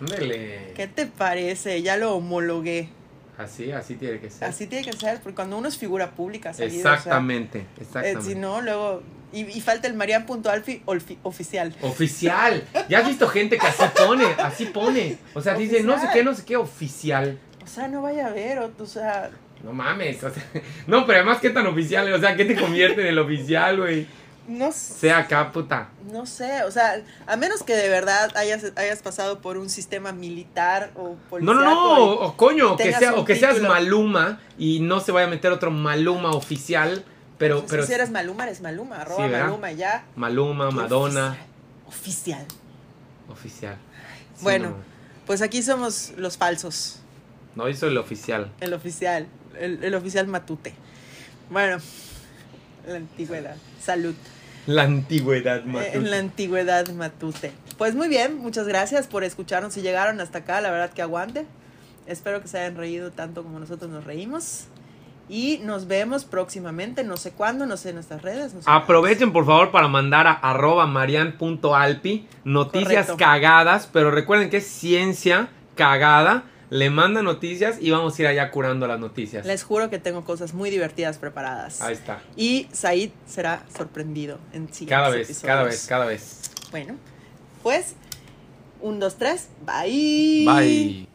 [SPEAKER 2] Ándele.
[SPEAKER 1] ¿Qué te parece? Ya lo homologué.
[SPEAKER 2] Así, así tiene que ser.
[SPEAKER 1] Así tiene que ser, porque cuando uno es figura pública, Said, o sea,
[SPEAKER 2] exactamente,
[SPEAKER 1] eh,
[SPEAKER 2] exactamente.
[SPEAKER 1] si no, luego. Y, y falta el marian.alpi olfi- oficial.
[SPEAKER 2] Oficial. Ya has visto gente que así pone, así pone. O sea, dice no sé qué, no sé qué, oficial.
[SPEAKER 1] O sea, no vaya a ver, o, o sea,
[SPEAKER 2] No mames, o sea, no, pero además qué tan oficial, o sea, ¿qué te convierte en el oficial, güey?
[SPEAKER 1] no sé.
[SPEAKER 2] Sea acá, puta.
[SPEAKER 1] No sé, o sea, a menos que de verdad hayas, hayas pasado por un sistema militar o
[SPEAKER 2] No,
[SPEAKER 1] policial.
[SPEAKER 2] no, no, o, o coño, o que,
[SPEAKER 1] tengas
[SPEAKER 2] sea,
[SPEAKER 1] un
[SPEAKER 2] o que seas
[SPEAKER 1] título.
[SPEAKER 2] Maluma y no se vaya a meter otro Maluma oficial, pero, pero
[SPEAKER 1] pues, si eres Maluma, eres Maluma, arroba
[SPEAKER 2] ¿verdad?
[SPEAKER 1] Maluma ya.
[SPEAKER 2] Maluma, Madonna,
[SPEAKER 1] Oficial. Oficial.
[SPEAKER 2] oficial. Sí,
[SPEAKER 1] Bueno.
[SPEAKER 2] no.
[SPEAKER 1] Pues aquí somos los falsos,
[SPEAKER 2] No, yo soy el oficial.
[SPEAKER 1] el oficial, el, el oficial matute. Bueno, la antigüedad, salud.
[SPEAKER 2] La antigüedad,
[SPEAKER 1] Eh, En la
[SPEAKER 2] Matute.
[SPEAKER 1] antigüedad matute. Pues muy bien, muchas gracias por escucharnos. Si llegaron hasta acá, la verdad que aguante. Espero que se hayan reído tanto como nosotros nos reímos. Y nos vemos próximamente, no sé cuándo, no sé en nuestras redes. no sé nada.
[SPEAKER 2] Aprovechen por favor para mandar a arroba marian.alpi noticias
[SPEAKER 1] Correcto.
[SPEAKER 2] cagadas, pero recuerden que es ciencia cagada, le manda noticias y vamos a ir allá curando las noticias.
[SPEAKER 1] Les juro que tengo cosas muy divertidas preparadas.
[SPEAKER 2] Ahí está.
[SPEAKER 1] Y Said será sorprendido en siguientes
[SPEAKER 2] Cada vez, cada vez,
[SPEAKER 1] episodios.
[SPEAKER 2] cada vez.
[SPEAKER 1] Bueno, pues, un, dos, tres, bye.
[SPEAKER 2] Bye.